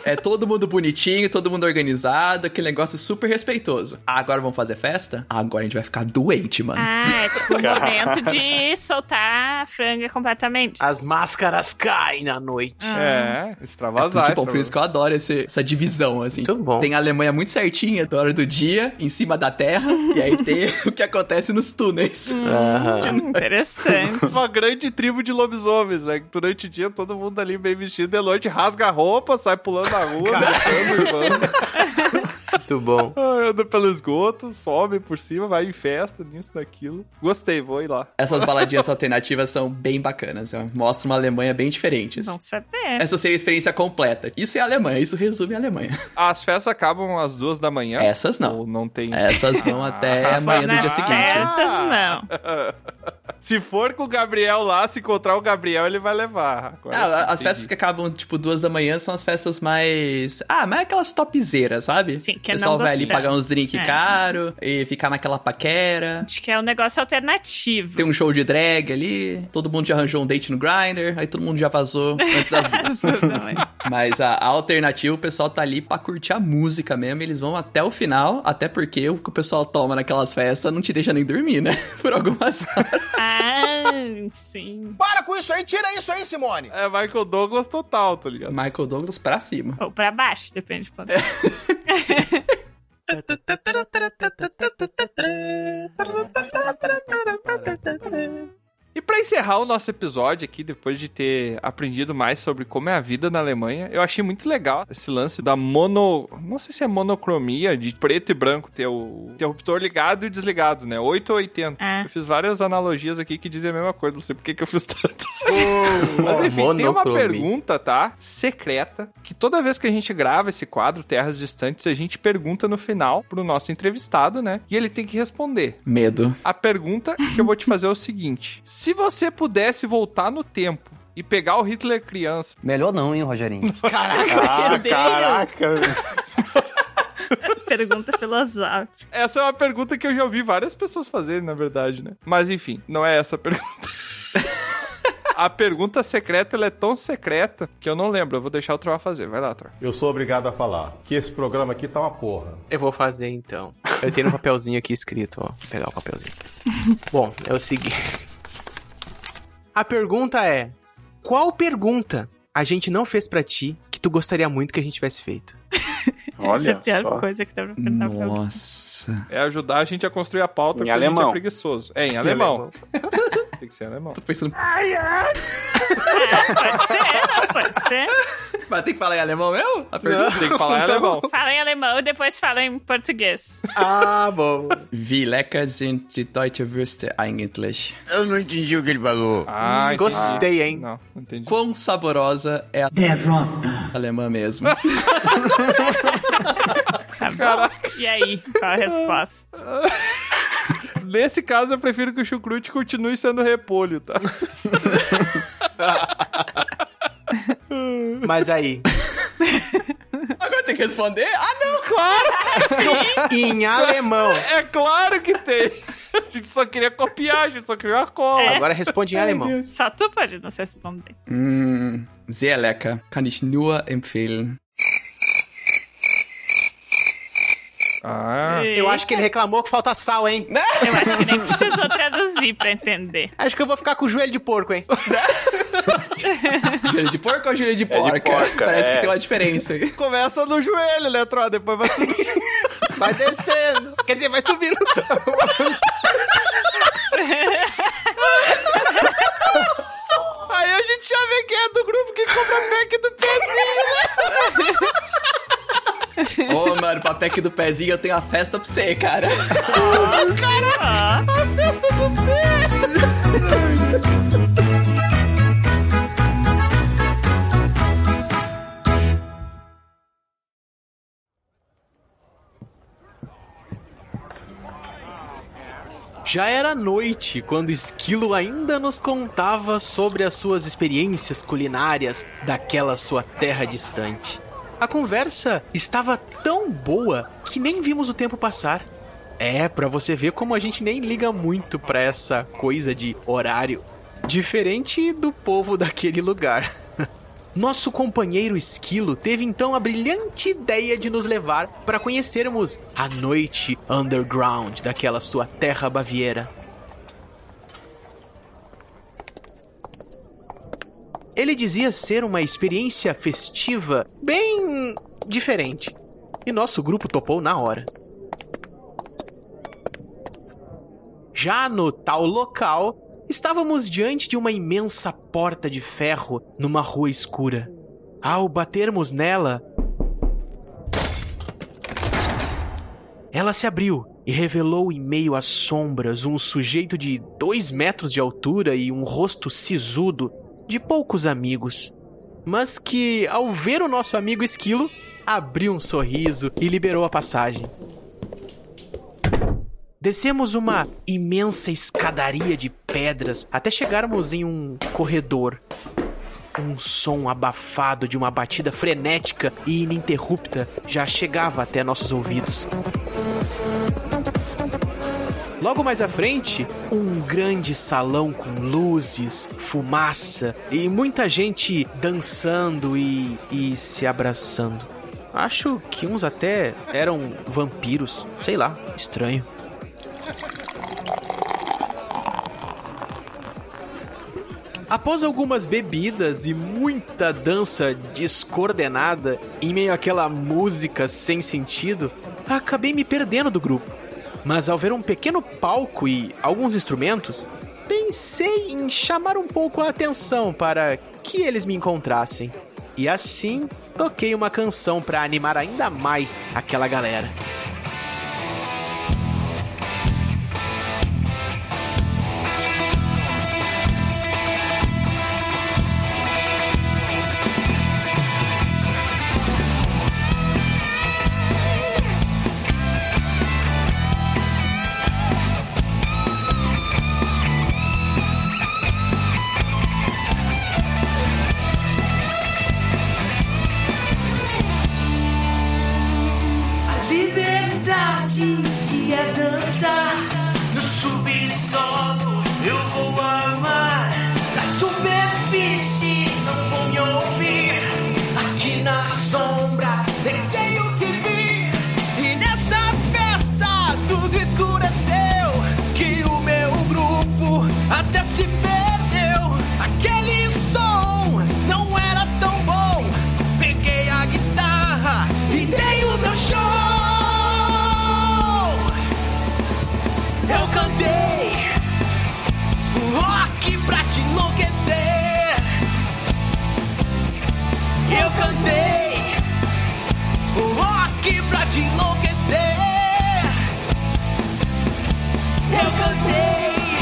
S4: é todo mundo bonitinho, todo mundo organizado, aquele negócio super respeitoso. Ah, agora vamos fazer festa? Ah, Agora a gente vai ficar doente, mano.
S5: Ah, é tipo o
S4: Cara.
S5: momento de soltar a franga completamente.
S4: Ah,
S9: As máscaras caem na noite.
S5: Ah.
S1: É,
S4: É tudo
S1: extravasar.
S4: de bom, por isso que eu adoro esse- essa divisão, assim. Tudo bom. Tem a Alemanha muito certinha, da hora do dia, em cima da terra, e aí tem o que acontece nos túneis.
S9: Hum.
S5: Hum, Interessante.
S1: Uma grande tribo de lobisomens, né? Que durante o dia todo mundo ali bem vestido, de noite rasga a roupa, sai pulando na rua, dançando, irmão.
S9: Muito bom.
S1: Ah, Anda pelo esgoto, sobe por cima, vai em festa, nisso, naquilo. Gostei, vou ir lá.
S4: Essas baladinhas alternativas são bem bacanas. ó. Mostra uma Alemanha bem diferente. assim.
S5: Não saber.
S4: Essa seria a experiência completa. Isso é a Alemanha, isso resume a Alemanha.
S1: As festas acabam às duas da manhã?
S4: Essas não.
S1: Ou não tem...
S4: Essas vão até amanhã É do dia seguinte.
S5: Certas, não.
S1: Se for com o Gabriel lá, se encontrar o Gabriel, ele vai levar. Agora,
S4: Ah,
S1: sim,
S4: as festas
S1: entendi.
S4: que acabam, tipo, duas da manhã são as festas mais. Ah, mais aquelas topzeiras, sabe? Sim,
S5: que é
S4: O pessoal
S5: não
S4: vai ali
S5: gostamos.
S4: pagar uns drinks
S5: É.
S4: caro e ficar naquela paquera.
S5: Acho que é um negócio alternativo.
S4: Tem um show de drag ali, todo mundo já arranjou um date no Grindr, aí todo mundo já vazou antes das duas. Mas a, a alternativa, o pessoal tá ali pra curtir a música mesmo, e eles vão até o final, até porque o que o pessoal toma naquelas festas não te deixa nem dormir, né? Por algumas horas.
S5: Ah, sim.
S10: Para com isso aí, tira isso aí, Simone.
S1: É Michael Douglas total, tá ligado?
S4: Michael Douglas pra cima.
S5: Ou pra baixo, depende de quando.
S1: E pra encerrar encerrar o nosso episódio aqui, depois de ter aprendido mais sobre como é a vida na Alemanha, eu achei muito legal esse lance da mono. Não sei se é monocromia, de preto e branco, ter o interruptor ligado e desligado, né? 8 ou 80.
S5: Ah.
S1: Eu fiz várias analogias aqui que dizem a mesma coisa, não sei por que que eu fiz tantas. Mas
S9: oh,
S1: enfim, tem uma
S9: monocromia.
S1: pergunta, tá? Secreta, que toda vez que a gente grava esse quadro Terras Distantes, a gente pergunta no final pro nosso entrevistado, né? E ele tem que responder.
S4: Medo.
S1: A pergunta que eu vou te fazer é o seguinte: se você pudesse voltar no tempo e pegar o Hitler criança.
S18: Melhor não, hein, Rogerinho?
S3: Ah,
S1: Caraca,
S5: caraca. Pergunta filosófica.
S1: Essa é uma pergunta que eu já ouvi várias pessoas fazerem, na verdade, né? Mas enfim, não é essa a pergunta. A pergunta secreta ela é tão secreta que eu não lembro. Eu vou deixar o Troá fazer. Vai lá, Troá.
S19: Eu sou obrigado a falar que esse programa aqui tá uma porra.
S9: Eu vou fazer então. Eu tenho um papelzinho aqui escrito, ó. Vou pegar o papelzinho. Bom, é o seguinte. A pergunta é: qual pergunta a gente não fez pra ti que tu gostaria muito que a gente tivesse feito?
S5: Essa é a pior coisa que dá pra perguntar pra alguém.
S4: Nossa.
S1: É ajudar a gente a construir a pauta
S3: Em
S1: porque a gente
S3: alemão.
S1: é preguiçoso. É, em alemão. Tem que ser em alemão.
S4: Tô pensando.
S5: É, pode ser, não, pode ser.
S4: Mas tem que falar em alemão mesmo? A
S1: Não. Tem que falar em alemão.
S5: Fala em alemão e depois fala em português.
S9: Ah, bom.
S4: Wie lecker sind die deutsche Würste eigentlich?
S2: Eu não entendi o que ele falou.
S1: Ah, entendi.
S9: Gostei, hein?
S1: Não, não entendi.
S4: Quão saborosa é a
S18: Derrota.
S4: alemã mesmo?
S5: Tá bom. E aí, qual a resposta?
S1: Nesse caso, eu prefiro que o chucrute continue sendo repolho, tá?
S9: Mas aí,
S4: Agora tem que responder? Ah, não,
S1: Claro!
S9: em alemão.
S1: É claro que tem! A gente só queria copiar, a gente só queria uma cola.
S5: É.
S9: Agora responde em alemão.
S5: Só tu pode não se responder.
S4: Hum, sehr lecker. Kann ich nur empfehlen.
S1: Ah,
S9: Eu acho que ele reclamou que falta sal, hein?
S5: Eu acho que nem precisou traduzir pra entender.
S9: Acho que eu vou ficar com o joelho de porco, hein?
S4: Joelho de porco ou joelho É de porca?
S3: porca,
S4: Parece que
S3: é.
S4: tem uma diferença. aí.
S1: começa no joelho, né, Troá? Depois vai subir.
S9: Vai descendo. Quer dizer, vai subindo.
S1: Aí a gente já vê quem é do grupo que compra pack do pezinho.
S4: Ô, mano, pra PEC do pezinho eu tenho a festa pra você, cara.
S5: Ó,
S9: Já era noite quando Esquilo ainda nos contava sobre as suas experiências culinárias daquela sua terra distante. A conversa estava tão boa que nem vimos o tempo passar. É, pra você ver como a gente nem liga muito pra essa coisa de horário. Diferente do povo daquele lugar. Nosso companheiro Esquilo teve então a brilhante ideia de nos levar para conhecermos a noite underground daquela sua terra baviera. Ele dizia ser uma experiência festiva bem diferente. E nosso grupo topou na hora. Já no tal local, estávamos diante de uma imensa porta de ferro numa rua escura. Ao batermos nela, ela se abriu e revelou em meio às sombras um sujeito de dois metros de altura e um rosto sisudo de poucos amigos. Mas que, ao ver o nosso amigo esquilo, abriu um sorriso e liberou a passagem. Descemos uma imensa escadaria de pedras até chegarmos em um corredor. Um som abafado de uma batida frenética e ininterrupta já chegava até nossos ouvidos. Logo mais à frente, um grande salão com luzes, fumaça e muita gente dançando e, e se abraçando. Acho que uns até eram vampiros, sei lá, estranho. Após algumas bebidas e muita dança descoordenada, em meio àquela música sem sentido, acabei me perdendo do grupo. Mas ao ver um pequeno palco e alguns instrumentos,
S20: pensei em chamar um pouco a atenção para que eles me encontrassem. E assim, toquei uma canção para animar ainda mais aquela galera.
S9: A liberdade que é dançar no subsolo, eu vou amar. Na superfície não vou me ouvir. Aqui na sombra nem sei o que vi. E nessa festa tudo escureceu, que o meu grupo até se perdeu. Aquele som não era tão bom. Peguei a guitarra e dei o meu show. Eu cantei o rock pra te enlouquecer. Eu cantei o rock pra te enlouquecer. Eu cantei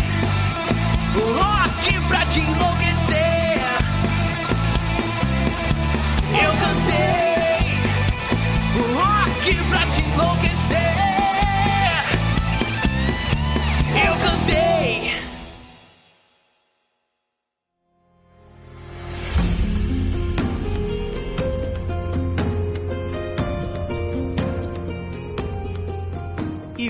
S9: o rock pra te enlouquecer. Eu cantei o rock pra te enlouquecer. Eu cantei.
S20: E